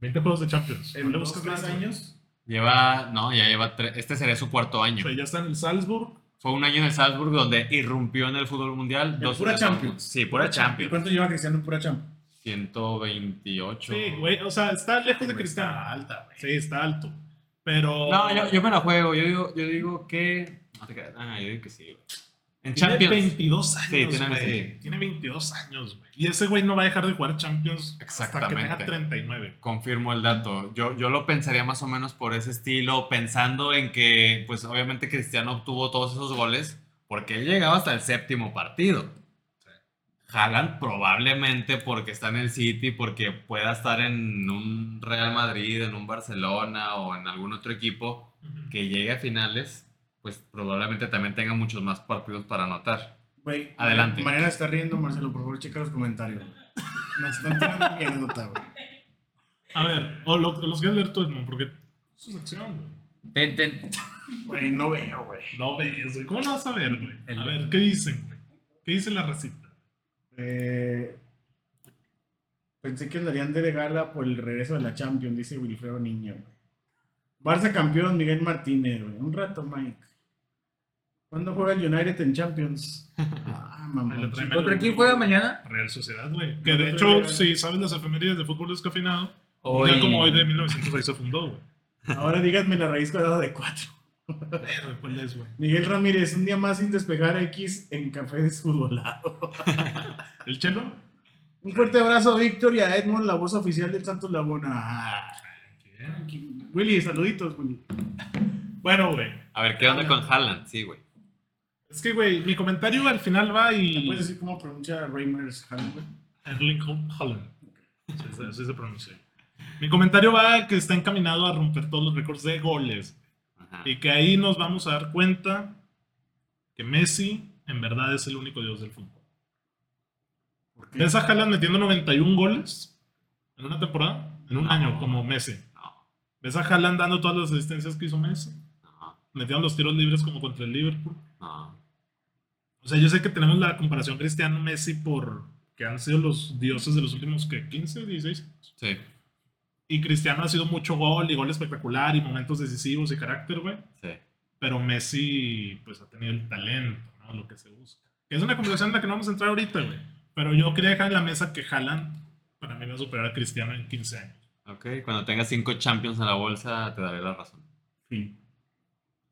A: 20 juegos de Champions.
B: en
A: le
B: dos
A: busques
B: tres
A: más, güey.
B: años.
C: Lleva, no, ya lleva tres. Este sería su cuarto
A: O
C: año.
A: sea, ya está en el Salzburg.
C: Fue un año en el Salzburg donde irrumpió en el fútbol mundial.
B: En
C: dos
B: pura
C: veces.
B: Champions.
C: Sí, pura
B: ¿Y
C: Champions.
B: cuánto lleva Cristiano en pura Champions?
C: 128.
A: Sí, güey. O sea, está lejos de
B: Está
A: Cristiano.
B: alta, güey.
A: Sí, está alto. Pero...
C: No, yo, yo me la juego. Yo digo, yo digo que. no te creas. Ah, yo digo que sí, güey. En
A: Tiene
C: Champions.
A: 22 años,
C: Sí, tiene-
A: güey.
C: sí.
A: Tiene 22 años, güey. Y ese güey no va a dejar de jugar Champions hasta que tenga
C: Exactamente.
A: 39.
C: Confirmo el dato. Yo, yo lo pensaría más o menos por ese estilo, pensando en que, pues obviamente Cristiano obtuvo todos esos goles porque él llegaba hasta el séptimo partido. Haaland probablemente porque está en el City, porque pueda estar en un Real Madrid, en un Barcelona o en algún otro equipo que llegue a finales, pues probablemente también tenga muchos más partidos para anotar.
B: Güey,
C: Adelante.
B: Mariana está riendo, Marcelo, por favor, checa los comentarios. Nos están tirando mierda, güey.
A: A ver, o lo- los quieres leer tú, Edmond, porque es su sección, güey.
D: Ten, ten.
B: Güey, no veo, güey.
A: No ves, güey. ¿Cómo no vas a ver, güey?
D: El-
A: A ver, ¿qué dicen, güey? ¿Qué dice la receta?
B: Eh, pensé que andarían de gala por el regreso de la Champions, dice Wilfredo Niño. güey. Barça campeón, Miguel Martínez. güey. Un rato, Mike. ¿Cuándo juega el United en Champions? Ah,
A: Ahí lo
B: mamón.
A: traen.
D: ¿Contra quién juega mañana?
A: Real Sociedad, güey. Que de
B: No,
A: hecho,
B: no, no.
A: si sabes las efemérides de fútbol descafeinado, un día
D: Hoy.
A: como hoy de 1906 se fundó, güey.
B: Ahora díganme la raíz cuadrada de 4.
A: Pero, ¿Cuál es, güey?
B: Miguel Ramírez, un día más sin despejar X en Café Desfutbolado.
A: ¿El Chelo?
B: Un fuerte abrazo a Víctor y a Edmond, la voz oficial del Santos Laguna. Ah, Willy, saluditos, Willy.
A: Bueno, güey.
C: A ver, ¿qué onda con Haaland? Sí, güey.
A: Es que, güey, mi comentario al final va
B: ¿Me
A: y...
B: puedes decir cómo pronuncia Reimers Haaland?
A: Erling Holland. Así se- Así se pronuncia. Mi comentario va que está encaminado a romper todos los récords de goles.
C: Ajá.
A: Y que ahí nos vamos a dar cuenta que Messi en verdad es el único dios del fútbol.
B: ¿Por qué?
A: ¿Ves a Haaland metiendo 91 goles en una temporada? En un
C: No.
A: año, como Messi.
C: No,
A: ¿Ves a Haaland dando todas las asistencias que hizo Messi?
C: no,
A: Metiendo los tiros libres como contra el Liverpool.
C: no.
A: O sea, yo sé que tenemos la comparación Cristiano-Messi por que han sido los dioses de los últimos ¿qué? 15, 16
C: Sí,
A: Y Cristiano ha sido mucho gol y gol espectacular y momentos decisivos y carácter, güey.
C: sí.
A: Pero Messi, pues ha tenido el talento, ¿no? Lo que se busca. Que es una conversación en la que no vamos a entrar ahorita, güey. Pero yo quería dejar en la mesa que Haaland para mí va a superar a Cristiano en 15 años.
C: Ok, cuando tengas cinco champions en la bolsa, te daré la razón.
B: Sí.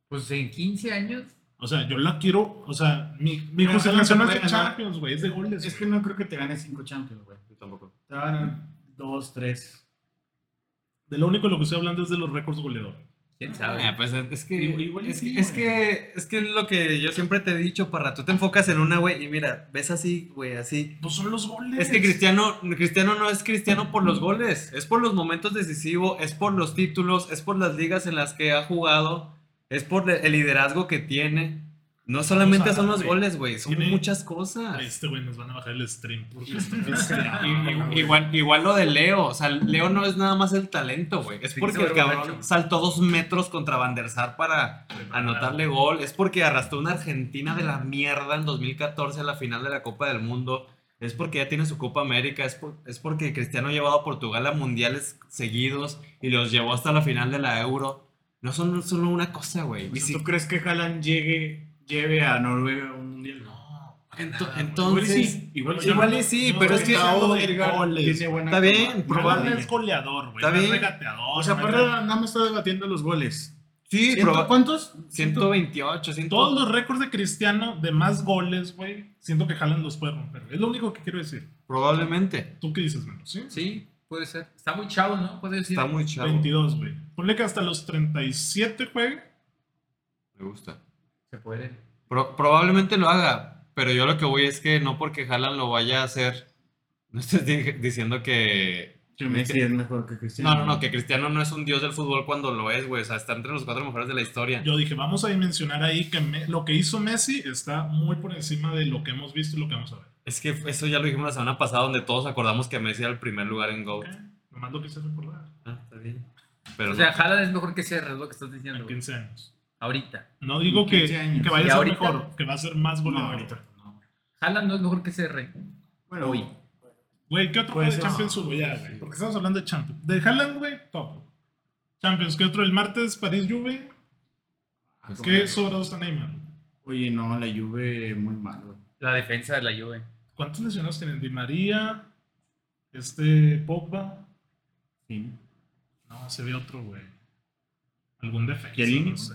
D: Pues en 15 años.
A: O sea, yo la quiero. O sea, mi, mi
B: Pero
A: justificación no es
B: Haaland se
A: de
B: puede ganar.
A: Champions, güey. Es de goles.
B: Es que
A: güey.
B: no creo que te gane 5 Champions, güey.
C: Yo tampoco.
B: Te van a ganar 2, 3.
A: De lo único de lo que estoy hablando es de los récords goleadores.
D: ¿Quién sabe?
C: pues es es que,
B: Igual- igual y
C: es,
B: sí,
C: que- es
B: güey.
C: que es que es lo que yo siempre te he dicho, Parra. Tú te enfocas en una, güey, y mira, ves así, güey, así.
A: Pues son los goles.
C: Es que Cristiano, Cristiano no es Cristiano por los goles, es por los momentos decisivos, es por los títulos, es por las ligas en las que ha jugado, es por el liderazgo que tiene. No solamente son los goles, güey, son
A: Tiene-
C: muchas
A: A
C: cosas.
A: Este güey nos van a bajar el stream porque está
C: Y- y- Igual, igual lo de Leo, o sea, Leo no es nada más el talento, güey. Es
D: Sí,
C: porque
D: se
C: el
D: ve
C: cabrón
D: borracho.
C: saltó dos metros contra Van der Sar para anotarle gol. Es porque arrastró una Argentina de la mierda en 2014 a la final de la Copa del Mundo. Es porque ya tiene su Copa América. Es, por- es porque Cristiano ha llevado a Portugal a mundiales seguidos y los llevó hasta la final de la Euro. No son solo una cosa, güey. Y si-
B: ¿Tú crees que Haaland llegue, lleve a Noruega a un mundial?
C: ento-
B: Igual y
C: entonces,
B: sí. Igual y sí.
C: igual y sí,
A: no
C: pero es
A: estoy
C: que.
A: diciendo de goles.
B: Tiene buena
C: Está bien,
B: calidad.
A: Probable
C: Probable.
A: es goleador, güey.
C: Está
A: no es
C: bien.
A: regateador.
B: O sea,
A: no es
B: Parra nada más está debatiendo los goles.
C: Sí,
B: ¿Ciento-
C: proba-
B: ¿Cuántos?
C: 128, 100.
A: Todos los récords de Cristiano de más goles, güey, siento que Haaland los puede romper. Es lo único que quiero decir.
C: Probablemente.
A: ¿Tú qué dices, Manu? ¿Sí?
D: Sí, puede ser. Está muy chavo, ¿no? Puede decir.
C: Está muy chavo.
A: 22, güey. Ponle que hasta los 37 juegue.
C: Me gusta.
D: Se puede.
C: Pro- probablemente lo haga, pero yo lo que voy es que no porque Haaland lo vaya a hacer, no estés di- diciendo que...
B: Que Messi es mejor que Cristiano.
C: No, no, no, que Cristiano no es un dios del fútbol cuando lo es, güey. O sea, está entre los cuatro mejores de la historia.
A: Yo dije, vamos a dimensionar ahí que me- lo que hizo Messi está muy por encima de lo que hemos visto y lo que vamos a ver.
C: Es que eso ya lo dijimos la semana pasada, donde todos acordamos que Messi era el primer lugar en GOAT.
A: Ok, ¿Eh? Nomás lo quise recordar.
C: Ah, está bien. Pero
D: O
C: no.
D: sea, Haaland es mejor que Serra, es lo que estás diciendo.
A: En
D: güey.
A: 15 años.
D: Ahorita.
A: No digo
B: En
A: que,
B: 15 años.
A: que vaya
D: ¿Y
A: a ser
D: ahorita?
A: mejor, que va a ser más
B: No,
A: goleador.
B: ahorita. no.
D: Haaland no es mejor que Serra.
B: Bueno,
D: Uy.
A: Güey, ¿qué otro
B: Puede
A: fue de
B: ser.
A: Champions hubo ya, güey? Porque estamos hablando de Champions. De Haaland, güey, top. Champions, ¿qué otro? El martes, París Juve.
B: ah,
A: ¿Qué sobrado está Neymar?
B: Oye, no, la Juve muy mal, güey.
D: La defensa de la Juve.
A: ¿Cuántos lesionados tienen? Di María, este Pogba.
B: Sí.
A: No, se ve otro, güey. ¿Algún defensa?
B: Chiellini.
A: No sé.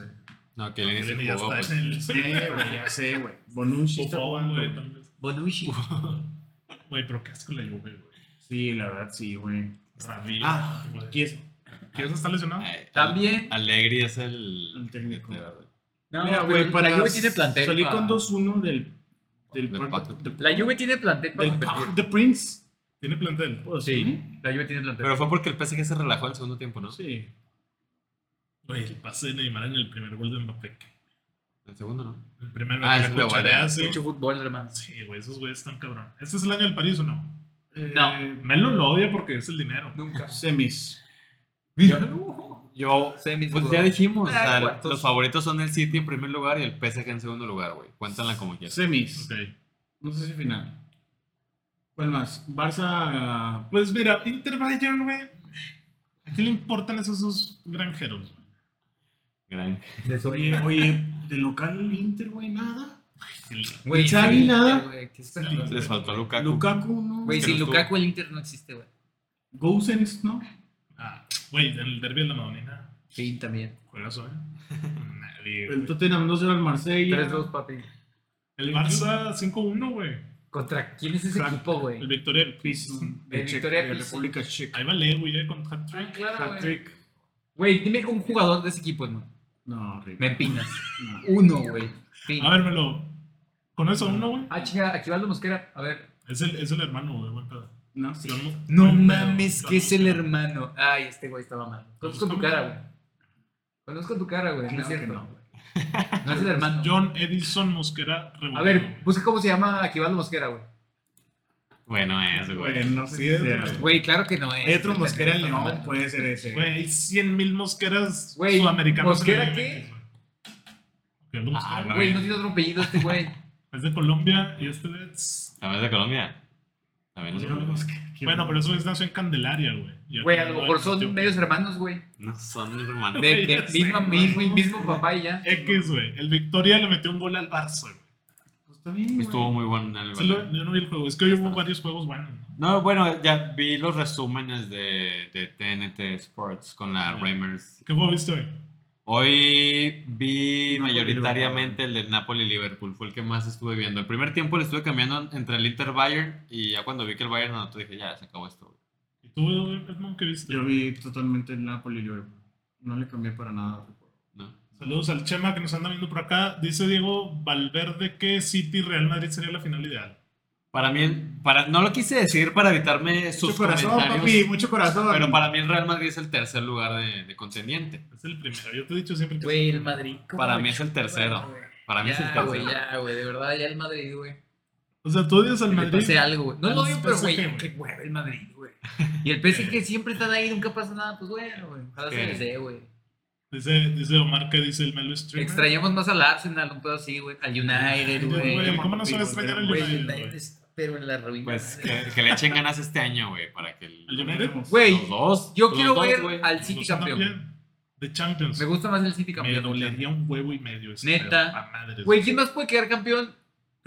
C: No, que Lenny
A: Chiellini
C: se
A: ya
C: jugó,
A: está
C: pues.
A: en el-
B: Sí, güey, ya sé, güey. Bonucci está
A: Buffon,
B: jugando.
A: güey,
B: güey.
A: tal vez.
D: Bonucci.
A: Güey, pero qué asco la Juve, güey.
B: Sí, la verdad, sí, güey.
A: Rabia.
B: Ah,
A: güey.
B: ¿Quién es?
A: ¿Quieres estar lesionado?
C: Ay,
D: También.
C: Allegri es el,
B: El técnico.
C: de verdad.
D: No,
B: Mira,
D: pero
B: güey, para
D: la Juve tiene plantel.
B: Salí
D: pa-
B: con 2-1 del. Del,
C: Del
B: cuarto-
C: pacto.
D: La Juve tiene plantel para
B: del
D: competir.
B: Pack de Prince.
A: Tiene plantel.
B: Pues
D: La Juve tiene plantel.
C: Pero fue porque el PSG se relajó en el segundo tiempo, ¿no?
B: Sí.
A: Güey, el pase de Neymar en el primer gol de Mbappé.
C: El segundo, ¿no?
A: El primer
C: Ah,
A: gol
C: ese
A: que la
C: lo
A: cucharea,
C: guardé.
A: sí.
D: Mucho fútbol, hermano.
A: Sí, güey, esos güeyes están cabrón. ¿Este es el año del París o no?
D: No.
A: Melo lo odia porque es el dinero.
D: Nunca.
B: Eh, Semis.
C: Yo,
D: Semis,
C: pues
D: güey.
C: ya dijimos, o
D: Ah,
C: sea,
D: cuartos.
C: los favoritos son el City en primer lugar y el PSG en segundo lugar, güey. Cuéntanla como quieras.
B: Semis.
A: Ok.
B: No sé si final. ¿Cuál más? Barça.
A: Pues mira, Inter Bayern, güey. ¿A qué le importan esos dos granjeros? güey?
C: Gran-
B: Oye, oye, de local el Inter, güey, nada.
D: Güey,
B: Xavi,
D: sí,
B: nada.
D: güey, ¿qué esperabas?
C: Les faltó a Lukaku.
B: Lukaku, no.
D: Güey,
C: que
D: sin
C: no estuvo.
D: Lukaku el Inter no existe, güey.
B: Gousens, ¿no?
A: Ah, güey, en el derby de la Madonina.
D: Sí, también.
A: Juegazo, ¿eh? Nadie, güey.
B: El Tottenham 2-0 al Marsella.
D: 3-2, papi.
A: El Barça 5-1, güey.
D: ¿Contra quién es ese
B: Frank,
D: equipo, güey?
A: El Victoria del
B: Pilsen,
D: De
B: de Checa-
D: Victoria
B: de
D: Pilsen.
B: República Checa.
A: Ahí va Leo, güey, eh, con hat-trick.
D: Ah, claro, güey.
B: Patrick.
D: Güey, dime un jugador de ese equipo, hermano.
B: No, horrible.
D: Me empinas.
B: No.
D: Uno, güey. Sí.
A: A ver, Melo. ¿Con eso uno, güey?
D: Ah, chica, Aquivaldo Mosquera. A ver.
A: Es el, es el hermano, güey, buen pedo.
B: No, sí.
A: Yo
D: No
A: buen pedo,
D: mames,
A: yo
D: que
A: no-
D: es el hermano. Ay, este güey estaba mal. Conozco tu cara, güey. Conozco tu cara, güey. No
B: Claro
D: es
B: que
D: cierto.
B: no,
D: No, es el hermano.
A: John Edison Mosquera Rebotero.
D: A ver, busca cómo se llama Aquivaldo Mosquera, güey.
C: Bueno, es, güey.
B: Bueno, no sé si sea.
D: Güey, claro que no es.
B: Hay otro Mosquera en
D: No,
B: León,
D: no.
B: puede ser ese.
A: Güey, hay 100 mil mosqueras
D: Güey,
A: sudamericanas.
D: ¿mosquera
A: en el
D: qué?
A: 20, güey. ¿Qué es lo
C: Ah,
A: mosquera?
D: Güey, no tiene otro apellido este güey.
A: Es de Colombia y este es...
C: También es de Colombia. También
B: pues,
C: es de Colombia.
A: Bueno, pero eso es nació en Candelaria, güey. Y
D: Güey, a
A: aquí
D: lo
A: no
D: mejor
A: hay
D: son
A: motivo.
D: medios hermanos, güey.
C: No son hermanos.
D: De, de
A: Ya sé,
D: misma,
A: güey.
D: mismo, mismo papá y ya.
A: X, güey. El Victoria le metió un gol al Barça, güey.
B: Está bien, güey.
C: Estuvo muy bueno el
A: Sí, lo- Yo no vi el juego. Es que hoy hubo varios juegos buenos. ¿no?
C: No, bueno, ya vi los resúmenes de, de TNT Sports con la
A: Ah.
C: Reimers.
A: ¿Qué juego viste hoy?
C: Hoy vi mayoritariamente el del Napoli-Liverpool, fue el que más estuve viendo. El primer tiempo le estuve cambiando entre el Inter-Bayern y ya cuando vi que el Bayern no, dije, ya, se acabó esto. güey.
A: ¿Y tú, güey, Edmond, qué viste?
B: Yo vi totalmente el Napoli Liverpool. No le cambié para nada.
C: ¿No?
A: Saludos al Chema que nos anda viendo por acá. Dice Diego Valverde que City Real Madrid sería la final ideal.
C: Para mí, el- para, no lo quise decir para evitarme sus
B: Mucho corazón,
C: comentarios,
B: papi, mucho corazón.
C: pero para mí el Real Madrid es el tercer lugar de, de contendiente.
A: Es el primero. Yo te he dicho siempre que
D: Güey, el Madrid. ¿cómo
C: Para
D: me
C: mí es el
D: chupa,
C: tercero.
D: güey?
C: Para mí es el
D: Ya, güey,
C: tercero.
D: ya, güey. De verdad, ya el Madrid, güey.
A: O sea, tú odias al
D: Que le
A: Madrid.
D: pase algo, güey. No
A: Al
D: lo odio, pero, güey,
A: PSG,
D: qué hueva el Madrid, güey. Y el PSG siempre están ahí, nunca pasa nada. Pues bueno, güey. Ojalá se
C: Sí.
D: les dé, güey.
A: Dice, dice Omar que dice el Melo Stream.
D: Extrañamos más al Arsenal, un pedo así, güey. Al United,
A: Güey,
D: güey.
A: ¿cómo no se va a extrañar el
D: Güey,
A: United?
D: el
A: güey?
D: United, es- pero en la ruina.
C: Pues
D: güey.
C: que, que le echen ganas este año, güey, para que el-
A: ¿El United?
D: Güey,
C: los dos.
D: yo
C: los
D: quiero
C: dos,
D: ver
C: güey.
D: al City
A: Los andan
D: campeón.
A: bien. De Champions.
D: Me gusta más el City
A: Me
D: campeón.
A: dolería un huevo y medio. ese
D: Neta.
A: pedo, a madres.
D: Güey, ¿quién más puede quedar campeón?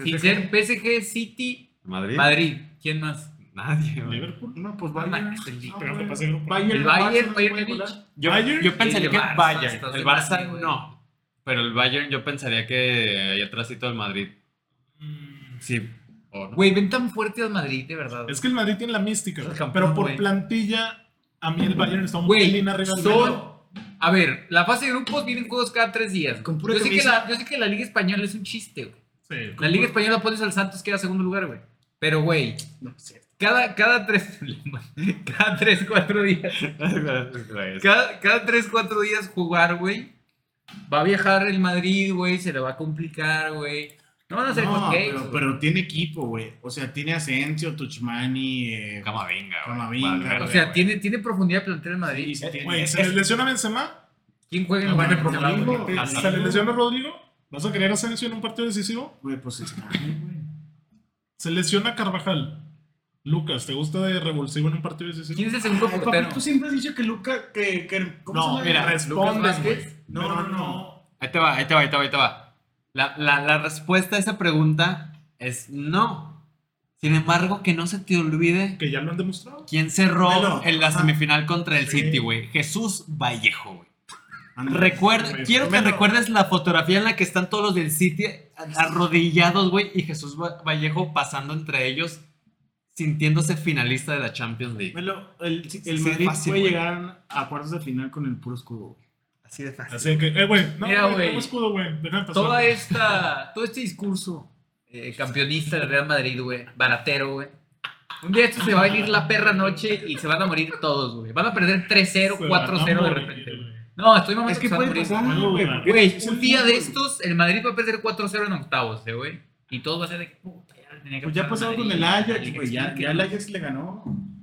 D: Sin
B: PSG.
D: ser PSG, City,
C: Madrid.
D: Madrid. ¿Quién más?
C: Nadie, güey.
A: Liverpool.
B: No, pues
D: No
B: Bayern.
D: mames, el Liverpool.
A: Pero que pase el grupo.
D: El Bayern, Bayern de Múnich.
C: Yo,
A: Bayern
C: yo pensaría
D: el
C: que
D: Barça,
C: Bayern.
D: estás
C: El
D: de
C: Barça
D: madre, güey.
C: no. Pero el Bayern yo pensaría que ahí atrásito del Madrid.
A: Mm,
C: Sí. ¿O no?
D: Güey, ven tan fuerte al Madrid, de verdad.
A: Es que el Madrid tiene la mística.
D: Es
A: güey.
D: campeón,
A: pero por
D: güey.
A: plantilla, a mí el Bayern está un
D: Güey,
A: pelín arriba del
D: son
A: Bayern.
D: a ver, la fase de grupos vienen juegos cada tres días.
B: Con pura
D: Yo sé, que
B: camisa.
D: la, yo sé que la Liga Española es un chiste, güey.
A: Sí,
D: La Liga Española pones al Santos queda segundo lugar, güey. Pero, güey,
B: No, sí.
D: cada, cada tres. cada tres, cuatro días. Cada, cada tres, cuatro días jugar, güey. Va a viajar el Madrid, güey. Se le va a complicar, güey. No van a ser
B: No,
D: hot cakes,
B: pero,
D: güey.
B: pero tiene equipo, güey. O sea, tiene Asensio, Tuchmani. eh,
C: Camavinga, güey.
B: Camavinga,
C: Valverde,
D: O sea,
C: güey.
D: tiene, tiene profundidad de plantel el Madrid.
B: sí, sí, tiene-
A: Eh, Güey,
B: es-
A: ¿se les lesiona Benzema?
D: ¿Quién juega en
B: No,
D: el
B: vale,
D: Madrid?
B: por lo mismo.
A: ¿Te-
C: Así.
A: ¿Se les lesiona Rodrigo? ¿Vas a querer hacer eso en un partido decisivo?
B: Güey, pues está, güey.
A: Se lesiona Carvajal. Lucas, ¿te gusta de revulsivo en un partido decisivo?
D: ¿Quién es el segundo
B: Ay, papi,
D: portero?
B: tú siempre has dicho que Luca, que, que- ¿cómo
A: No,
B: se
A: mira,
B: llama?
A: responde.
D: Vázquez?
B: No, no, no.
C: Ahí te va, ahí te va, ahí te va, ahí te va. La, la- la respuesta a esa pregunta es no. Sin embargo, que no se te olvide
A: Que ya lo han demostrado.
C: quién cerró
B: Velo,
C: en la
B: ajá.
C: semifinal contra el
A: Sí.
C: City, güey. Jesús Vallejo, güey.
B: Anda.
C: Recuerda,
A: güey,
C: quiero que
B: velo.
C: recuerdes la fotografía en la que están todos los del City arrodillados, güey, y Jesús Va- Vallejo pasando entre ellos, sintiéndose finalista de la Champions League.
B: Velo, el, el
C: Sí,
B: Madrid
C: fácil,
B: puede
C: güey.
B: llegar a cuartos de final con el puro escudo, güey.
C: Así
B: Ah,
C: de fácil.
A: Así que, eh, güey, no,
D: Mira,
A: güey,
D: güey.
A: como escudo, güey. Déjame
B: Pues
A: pasar.
D: Toda esta, todo este discurso eh, campeonista del Real Madrid, güey, baratero, güey. Un día esto se va a venir la perra noche y se van a morir todos, güey. Van a perder 3-0,
A: Se
D: 4-0
A: van
D: de
A: a morir,
D: repente. güey.
A: güey.
D: No, estoy mamando
B: Es que
D: se van a
B: puede
D: morir.
B: pasar,
A: No,
B: güey.
A: güey.
B: porque
D: Güey,
B: es el
D: un día de
B: fútbol.
D: estos, el Madrid va a perder 4-0 en octavos, eh, güey. Y todos va a ser de que, puta, ya tenía que
B: Pues ya
D: pasar
B: pasaron con
D: Madrid,
B: el
D: la
B: Ajax,
D: Liga
B: güey. Ya,
D: Explica,
B: ya el
D: ¿no?
B: Ajax le ganó.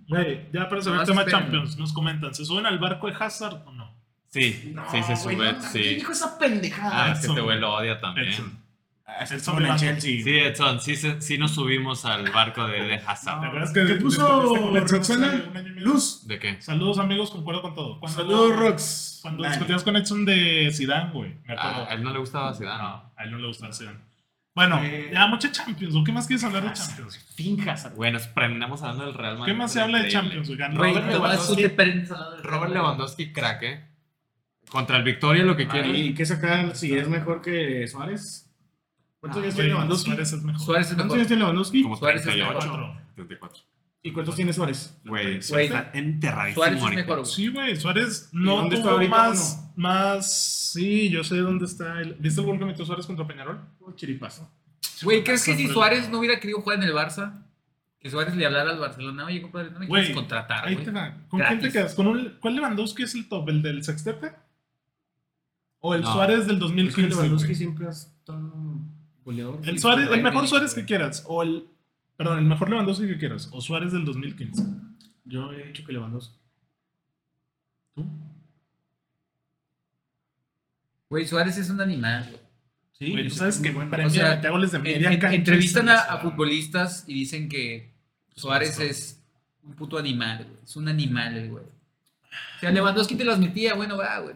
A: Güey, ya para saber
D: Nomás
A: el tema
D: espérenme.
A: Champions, nos comentan. ¿Se suben al barco de Hazard o no?
C: Sí, sí, se
B: güey,
C: sube,
B: no, ¿Quién
C: sí.
B: dijo esa
C: Ah,
B: pendejada?
C: es que
A: Edson,
C: este güey lo odia también.
A: Edson.
B: Ah, es el
A: Edson
B: sobre el
A: Blanco.
B: Chelsea.
C: Sí, Edson, sí, se- sí nos subimos al barco de, de
A: ¿Te
C: Hazard.
A: acuerdas
B: ¿Qué
A: que después
B: puso
A: de esta conversación
B: Roxana?
A: hace un año y medio?
B: este Luz.
C: ¿De qué?
A: Saludos amigos, concuerdo con todo. Cuando-
B: Saludos, Rox.
A: Cuando
B: Dale.
A: discutías con Edson de Zidane, güey. Me
C: A,
A: acuerdo.
C: Ah,
D: Ah,
C: a él no le gustaba Zidane.
A: No, a él no le gustaba Zidane. Bueno,
B: Eh,
A: ya mucha Champions. ¿o ¿Qué más quieres
D: Ah,
A: hablar de
B: Hazard.
A: Champions?
B: Finjas.
C: Bueno, nos prendemos hablando del Real Madrid.
A: ¿Qué más se habla de
C: Increíble.
A: Champions? güey? Ganó
C: Güey,
A: Robert
C: te
D: Tomás,
C: vas-
A: Lewandowski.
D: tú te prendes al lado del
C: Robert
D: Real Madrid.
C: Lewandowski, crack, ¿eh? Contra el Victoria, lo que quieras.
B: ¿Y qué sacar si es mejor que Suárez? ¿Cuántos
C: Ah,
B: años
A: Güey,
B: tiene Lewandowski?
A: Suárez es mejor.
D: Suárez es
B: ¿Cuántos años
D: mejor.
B: tiene Lewandowski?
C: Como
D: Suárez es
C: 38,
A: mejor.
C: 34.
B: ¿Y cuántos tiene Suárez?
C: Güey,
D: Güey,
C: está enterradísimo
D: Suárez es
C: ahorita.
D: mejor, güey.
A: Sí, güey, Suárez
B: ¿Y
A: no
B: dónde está
A: tuvo
B: ahorita
A: más, más... Sí, yo sé dónde está. El... ¿Viste el gol que metió Suárez contra Peñarol?
B: Oh, chiripazo.
D: Güey, ¿crees que
A: Hazard,
D: si
A: güey.
D: Suárez no hubiera querido jugar en el Barça? Que Suárez le hablara al Barcelona, oye, compadre, no me
A: Güey,
D: quieres contratar,
A: Ahí te
D: güey.
A: va. ¿Con
D: Gratis.
A: quién te quedas? ¿Con un... ¿Cuál Lewandowski es el top? ¿El del sextete? ¿O el
C: No.
A: Suárez del
B: Es que
A: 2015?
B: Lewandowski
A: güey?
B: siempre ha estado goleador.
A: El, Suárez, el mejor
D: Sí,
A: Suárez
D: güey.
A: que quieras. O el... Perdón, el mejor Lewandowski que quieras. O Suárez del 2015.
B: Yo he dicho que Lewandowski.
A: ¿Tú?
D: Güey, Suárez es un animal, güey.
B: Sí,
A: Güey,
B: yo
A: tú
B: sé
A: sabes que
B: muy
A: premia,
D: O sea,
A: mete goles de media
D: En- en-
A: cancha,
D: entrevistan
A: sí,
D: a,
A: o sea,
D: a futbolistas y dicen que
A: Pues
D: Suárez es un puto animal, güey. Es un animal, el güey. O sea, Lewandowski te las metía, bueno, va, güey.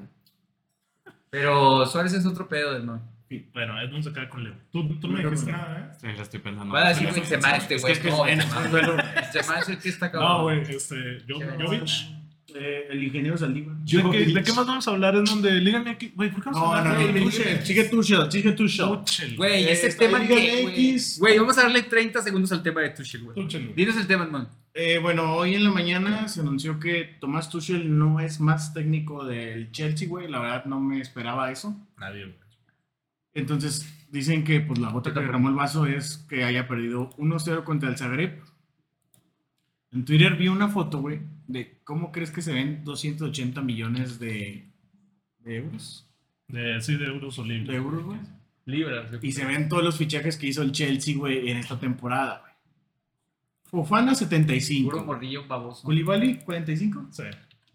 D: Pero Suárez es otro pedo, hermano.
A: Bueno, Edmund se queda con Leo. Tú, tú no
B: Bueno,
A: dijiste
B: bueno.
A: nada, ¿eh?
C: Sí, lo estoy pensando.
D: Va a decir
A: no, no,
D: Benzema
A: no,
D: este,
B: es
D: güey.
B: que es
D: No,
B: en-
D: Benzema. Benzema es el que está cabrón.
A: No, güey, este, yo- Jovic.
B: Eh, el ingeniero Saldívar.
A: ¿De qué, ¿De qué más vamos a hablar? En donde Liga MX, güey, ¿por qué vamos a
B: No,
A: hablar
B: no,
A: de
B: no.
A: Liga
B: Tuchel,
A: MX?
B: Sigue Tuchel, sigue Tuchel.
A: Tuchel.
D: Güey,
B: Eh,
D: ese
B: está
D: tema
B: Liga
D: que, güey.
B: MX.
D: Güey, vamos a darle 30 segundos al tema de Tuchel, güey.
A: Tuchel, güey.
D: Dinos el tema, hermano.
B: Eh, bueno, hoy en la mañana se anunció que Tomás Tuchel no es más técnico del Chelsea, güey. La verdad no me esperaba eso.
A: Nadie, güey.
B: Entonces dicen que pues la gota que derramó el vaso es que haya perdido 1-0 contra el Zagreb. En Twitter vi una foto, güey, de cómo crees que se ven 280 millones de, de euros.
A: De, sí, de euros o
B: De
A: libres.
B: euros, güey.
D: Libra.
B: Y se ven todos los fichajes que hizo el Chelsea, güey, en esta temporada, güey. Fofana
D: Puro
B: 75.
D: morrillo baboso.
B: Culibali 45.
A: Sí.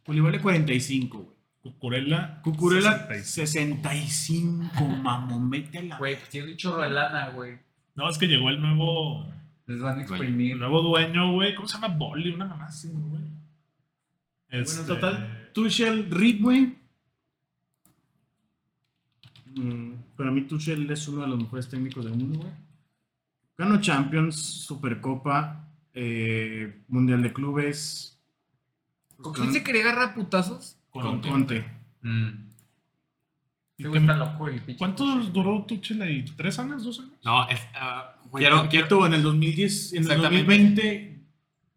B: Culibali 45, güey.
A: Cucurella.
B: Cucurella
A: 66.
B: 65, mamón, vete a la.
D: Güey, pues tiene un chorro de lana, güey.
A: No, es que llegó el nuevo,
D: Les van
C: Güey.
D: a exprimir.
A: el nuevo dueño, güey. ¿Cómo se llama? Bolly, una mamá así, güey.
B: Bueno,
A: Este,
B: total, Tuchel Reed, güey. Mm, Para mí Tuchel es uno de los mejores técnicos del mundo, güey. Ganó Champions, Supercopa, eh, Mundial de Clubes.
D: ¿Con quién se quería agarrar a putazos?
B: Con
A: con-
B: Conte.
C: Mm.
A: ¿Y
D: Este
A: qué-
D: güey está loco, el pinche.
A: ¿Cuánto duró Tuchel ahí? ¿Tres años? ¿Dos años?
C: No, es, ah,
B: Güey,
C: quiero,
B: Conte
C: quiero,
B: tuvo en el 2010, en el
C: Exactamente.
B: 2020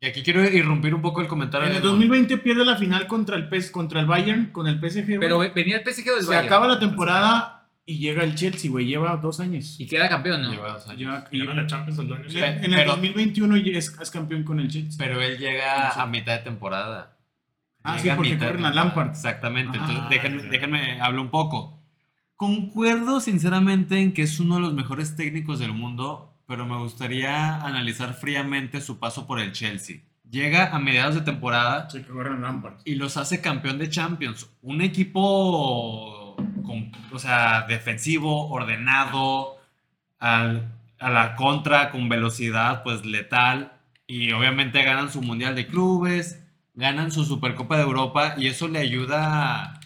C: Y aquí quiero irrumpir un poco el comentario.
B: En el
C: de Edmond.
B: 2020 pierde la final contra el, PES, contra el Bayern, con el PSG. güey.
D: Pero ve- venía el PSG del
B: se
D: Bayern.
B: acaba la temporada y llega el Chelsea, güey. Lleva dos años.
D: Y queda campeón, ¿no?
C: Lleva dos años.
B: Ya- y-
A: Gana la Champions del año.
C: Pe-
B: en el
C: pero-
B: 2021 ya es, es campeón con el Chelsea.
C: Pero él
B: No sé.
C: llega a mitad de temporada.
B: Ah,
C: Llega
B: sí,
C: a
B: porque
C: mitad de
B: corren a
C: temporada.
B: Lampard.
C: Exactamente.
B: Ah,
C: Entonces, déjenme,
A: ya.
C: déjenme hablar un poco. Concuerdo sinceramente en que es uno de los mejores técnicos del mundo, pero me gustaría analizar fríamente su paso por el Chelsea. Llega a mediados de temporada
B: Sí, que corren a Lampard.
C: y los hace campeón de Champions. Un equipo, con- o sea, defensivo, ordenado, al- a la contra, con velocidad, pues letal. Y obviamente ganan su Mundial de Clubes, ganan su Supercopa de Europa y eso le ayuda a-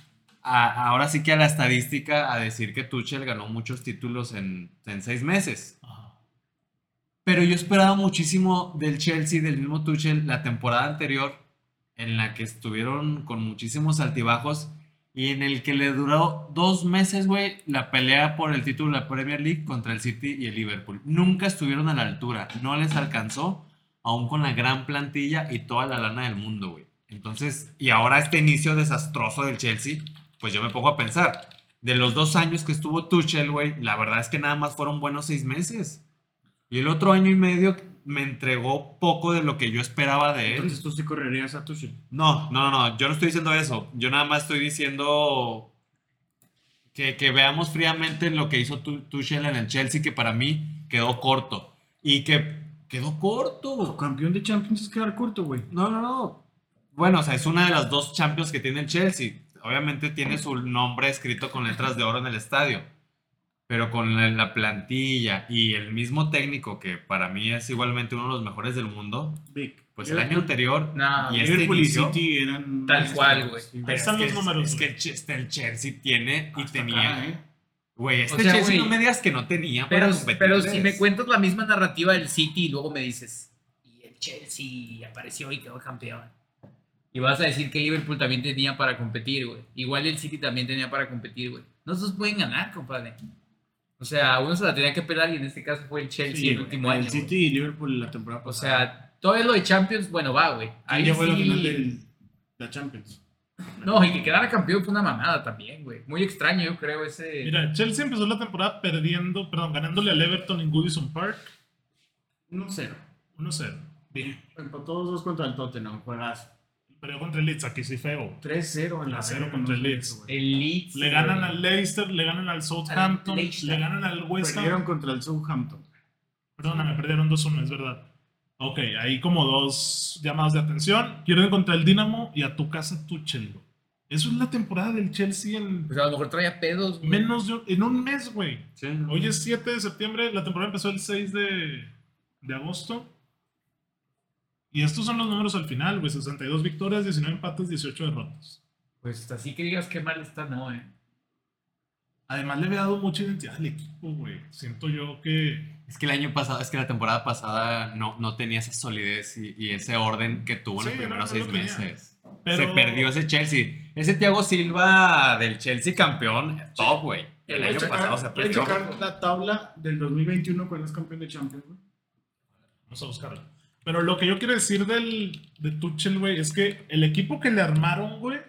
C: a- ahora sí que a la estadística a decir que Tuchel ganó muchos títulos en, en seis meses. Pero yo esperaba muchísimo del Chelsea, del mismo Tuchel, la temporada anterior, en la que estuvieron con muchísimos altibajos y en el que le duró dos meses, güey, la pelea por el título de la Premier League contra el City y el Liverpool. Nunca estuvieron a la altura, no les alcanzó, aún con la gran plantilla y toda la lana del mundo, güey. Entonces, y ahora este inicio desastroso del Chelsea, pues yo me pongo a pensar, de los dos años que estuvo Tuchel, güey, la verdad es que nada más fueron buenos seis meses. Y el otro año y medio me entregó poco de lo que yo esperaba de él.
B: Entonces tú sí correrías a Tuchel.
C: No, no, no, yo no estoy diciendo eso. Yo nada más estoy diciendo que, que veamos fríamente lo que hizo Tu- Tuchel en el Chelsea, que para mí quedó corto. Y que quedó corto.
B: Campeón de Champions es quedar corto, güey.
C: No, no, no. Bueno, o sea, es una de las dos Champions que tiene el Chelsea. Obviamente tiene su nombre escrito con letras de oro en el estadio. Pero con la, la plantilla y el mismo técnico, que para mí es igualmente uno de los mejores del mundo,
B: Vic.
C: pues el año anterior
D: No,
C: Y este
B: Liverpool y
C: inició-
B: City eran...
D: Tal cual, güey.
B: Sí,
A: Pero-
C: Es
A: Están
C: que
A: los
C: es-
A: números,
C: Es que
A: güey.
C: el, Che- este, el Chelsea tiene
B: Hasta
C: y
B: acá,
C: tenía.
B: ¿eh?
C: Güey, este
D: O sea,
C: Chelsea
D: güey,
C: no me digas que no tenía para
D: Pero,
C: competir,
D: pero si
C: güey.
D: me cuentas la misma narrativa del City y luego me dices, y el Chelsea apareció y quedó campeón. Y vas a decir que Liverpool también tenía para competir, güey. Igual el City también tenía para competir, güey. No todos pueden ganar, compadre. O sea, uno se la tenía que pelar y en este caso fue el Chelsea
B: Sí,
D: el
B: güey.
D: último año.
B: El City y Liverpool la temporada
D: güey. O
B: pasada.
D: sea, todo lo de Champions, bueno, va, güey.
B: Ahí
D: Ahí
B: llegó a la
D: sí-
B: final de la Champions.
D: No, y que quedara campeón fue una mamada también, güey. Muy extraño, yo creo, ese...
A: Mira, Chelsea empezó la temporada perdiendo, perdón, ganándole al Everton en Goodison Park
B: No sé.
A: 1-0. Bien.
B: Empató 2 contra el Tottenham, juegas
A: Pero contra el Leeds, aquí sí feo.
B: 3-0 en la
A: 3-0
B: verga,
A: contra el
B: no Eh, sé
A: Leeds.
B: qué, güey.
D: El Leeds.
A: Le ganan
D: güey.
A: al Leicester, le ganan al Southampton,
D: Al Leicester.
A: le ganan al West Ham.
B: Perdieron contra el Southampton.
A: Perdóname, perdieron 2-1, es verdad. Ok, ahí como dos llamados de atención. Quiero contra el Dinamo y a tu casa Tuchel. güey. Eso es la temporada del Chelsea en
D: Pues a lo mejor traía pedos, güey.
A: menos de un- en un mes, güey.
C: Sí.
A: Hoy es 7 de septiembre, la temporada empezó el 6 de, de agosto. Y estos son los números al final, güey. 62 victorias, 19 empates, 18 derrotas.
D: Pues así que digas qué mal está, no, eh.
A: Además le había dado mucha identidad al equipo, güey. Siento yo que...
C: Es que el año pasado, es que la temporada pasada no, no tenía esa solidez y, y ese orden que tuvo en
A: Sí,
C: los
A: no,
C: primeros
A: no lo
C: seis
A: tenía.
C: meses.
A: Pero
C: Se perdió ese Chelsea. Ese Thiago Silva del Chelsea campeón, top, güey. El
B: ¿Puedes
C: año
B: checar-
C: pasado se
B: ¿puedes
C: perdió.
B: checar la tabla del 2021 cuando es campeón de Champions, güey?
A: Vamos a buscarlo. Pero lo que yo quiero decir del, de Tuchel, güey, es que el equipo que le armaron, güey,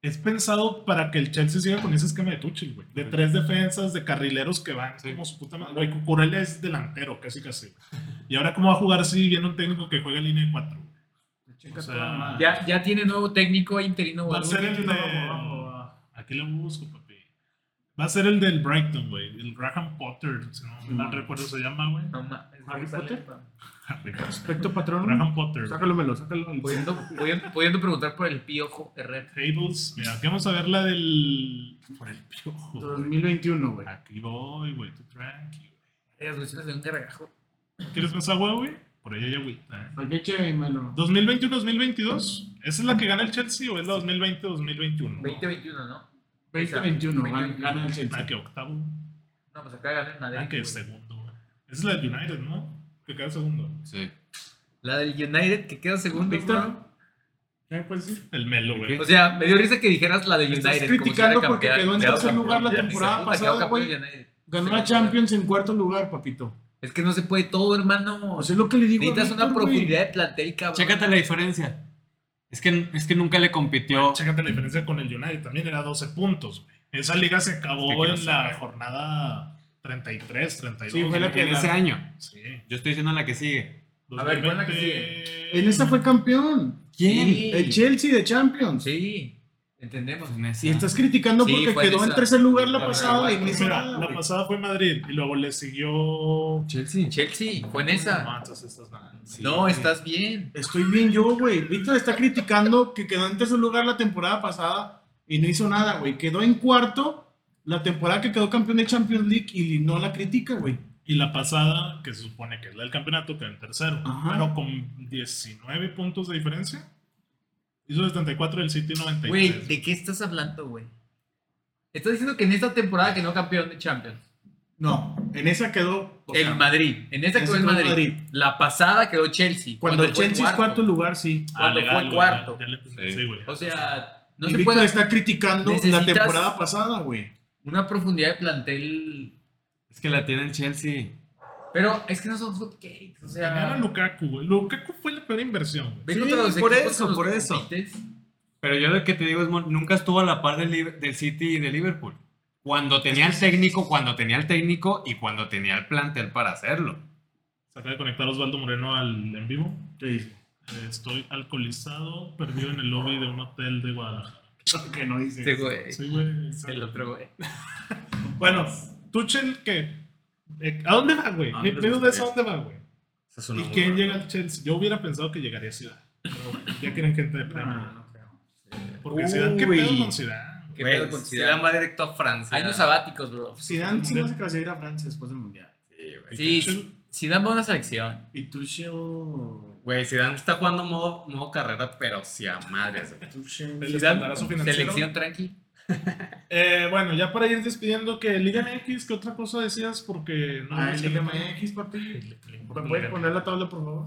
A: es pensado para que el Chelsea siga con ese esquema de Tuchel, güey. De tres defensas, de carrileros que van
C: Sí.
A: como su puta madre. Güey, Cucurella es delantero, casi casi. Y ahora, ¿cómo va a jugar si viene un técnico que juega en línea de cuatro? güey?
B: Checa
A: O sea,
B: toda madre.
D: Ya, ya tiene nuevo técnico interino o
A: Va a
D: algo,
A: ser
D: güey.
A: el
B: No,
A: de-
B: no, no.
A: Aquí lo busco, papi. Va a ser el del Brighton, güey. El Graham Potter, si no
B: Sí,
A: mal
B: mames.
A: recuerdo se llama, güey.
D: No ma- es
B: ¿Harry
D: que sale-
B: Potter?
A: Harry Potter.
B: Respecto patrón.
A: Graham Potter.
B: Sácalo, melo, sácalo.
A: Pues,
D: Pudiendo, pudiendo, pudiendo preguntar por el Piojo Herrera.
A: Tables. Mira, aquí vamos a ver la del. Por el piojo. güey.
B: 2021, güey.
A: Aquí voy, güey, tú tranqui.
D: Las luces de un gargajo.
A: güey. ¿Quieres más agua, güey? Por ahí hay agüita. ¿eh?
B: Al que eche, melo.
A: 2021-2022. ¿Esa es la que gana el Chelsea o es la 2020-2021?
D: 2021, ¿no?
B: 2021, gan- gana el
A: Ah,
B: Chelsea.
A: que octavo.
D: No, pues acá ganan la
A: Ah, que
D: del.
A: segundo, güey. Esa es la del United, ¿no? Que queda segundo.
C: Sí.
D: La del United que queda segundo.
B: Víctor,
D: ¿no?
B: ¿qué me puedes decir?
A: El Melo, güey.
D: O sea, me dio risa que dijeras la del United.
B: Estás
D: como si fuera
B: criticando porque
D: campeón.
B: quedó en
D: Quedó
B: tercer
D: campeón.
B: lugar la
D: Ya,
B: temporada
D: dice, puta, quedó
B: pasada,
D: campeón
B: güey.
D: United.
B: Ganó
D: Sí,
B: la
D: güey.
B: Champions en cuarto lugar, papito.
D: Es que no se puede todo, hermano.
B: O sea, es lo que le digo. a
D: Necesitas una
B: Víctor, güey.
D: profundidad de plantel, cabrón.
E: Chécate la diferencia. Es que, es que nunca le compitió.
A: Chécate la diferencia con el United, también era 12 puntos. güey. Esa liga se acabó
E: Es que
A: en
E: quiero
A: la jornada 33, 32.
B: Sí, fue la que-
E: en ese año.
A: Sí.
E: Yo estoy diciendo la que sigue.
A: Pues
D: A ver, ¿cuál es la que
A: 2020.
B: En esta fue campeón.
D: Sí.
B: El Chelsea de Champions.
D: Sí, entendemos.
E: En esa.
B: Y estás criticando
D: Sí,
B: porque
D: fue en
B: quedó en
D: esa.
B: tercer lugar la
D: La
B: pasada y
D: verdad,
B: no hizo
A: Mira,
B: nada,
A: la
B: güey.
A: pasada fue Madrid y luego le siguió.
E: Chelsea.
D: Chelsea, fue en
A: No,
B: Ah,
D: esa.
A: entonces estás mal.
D: No, estás bien.
B: Estoy bien yo, güey. Víctor está criticando que quedó en tercer lugar la temporada pasada y no hizo nada, güey. Quedó en cuarto la temporada que quedó campeón de Champions League y no la critica, güey.
A: Y la pasada, que se supone que es la del campeonato, quedó en tercero.
B: Ajá.
A: Pero con 19 puntos de diferencia. Hizo 74 del City 93.
D: Güey, ¿de qué estás hablando, güey? Estás diciendo que en esta temporada quedó campeón de Champions.
B: No, en esa quedó. o sea,
D: el Madrid. En esta
B: ese
D: quedó el
B: fue
D: Madrid.
B: Madrid.
D: La pasada quedó Chelsea.
B: Cuando el
D: fue
B: Chelsea es cuarto lugar, sí.
D: cuando
A: Ah, legal,
D: fue
A: güey,
D: cuarto.
A: ya- ya le entendí,
E: Sí.
A: sí, güey.
D: O sea, no
B: y
D: se
B: Víctor
D: puede.
B: está criticando la
D: Necesitas-
B: temporada pasada, güey.
D: Una profundidad de plantel.
E: Es que la tiene el Chelsea.
D: Pero es que no son hotcakes. O
A: Tenían a
D: sea,
A: Lukaku, güey. Lukaku fue la peor inversión, güey.
D: ves
E: Sí,
D: contra los
E: por
D: equipos
E: eso,
D: con los
E: por
D: que
E: eso.
D: compites.
E: Pero yo lo que te digo es, mon- nunca estuvo a la par del, Liv- del City y de Liverpool. Cuando tenía el técnico, cuando tenía el técnico y cuando tenía el plantel para hacerlo.
A: Se acaba de conectar Osvaldo Moreno al en vivo.
B: ¿Qué dice?
A: Eh, Estoy alcoholizado, perdido en el lobby de un hotel de Guadalajara.
B: Que no dice.
D: Este güey.
A: Sí, güey.
D: El otro güey.
A: Bueno, Tuchel, ¿qué? Eh, ¿A dónde va, güey?
E: ¿A
A: ¿Qué
E: dónde
A: pedo
E: se fue?
A: de eso? ¿A dónde va, güey?
E: Esa es
A: ¿Y
E: una muy
A: quién
E: buena-
A: llega al Chelsea? Yo hubiera pensado que llegaría a Ciudad. Pero bueno, ya quieren gente de Premier. Porque Ciudad, ¿qué
B: Ah, Uy.
A: pedo con Ciudad?
D: ¿Qué
E: Güey,
D: pedo con
E: Zidane
D: Zidane?
E: va directo a Francia.
D: Años sabáticos, bro.
B: Zidane sí no se clasifica a Francia después del Mundial.
D: Sí, Zidane va a una selección.
B: Y Tuchel...
E: Güey, Zidane está jugando modo, modo carrera, pero si a madres. güey.
A: El
B: Tuchel...
A: espaldarazo financiero.
D: Selección tranqui.
A: Eh, bueno, ya para ir despidiendo, que Liga MX, ¿qué otra cosa decías? Porque no.
B: Ah,
A: es
B: el
A: que
B: Liga
A: no-
B: MX, papi.
A: ¿Me
B: ¿Me puedes poner la tabla, por favor?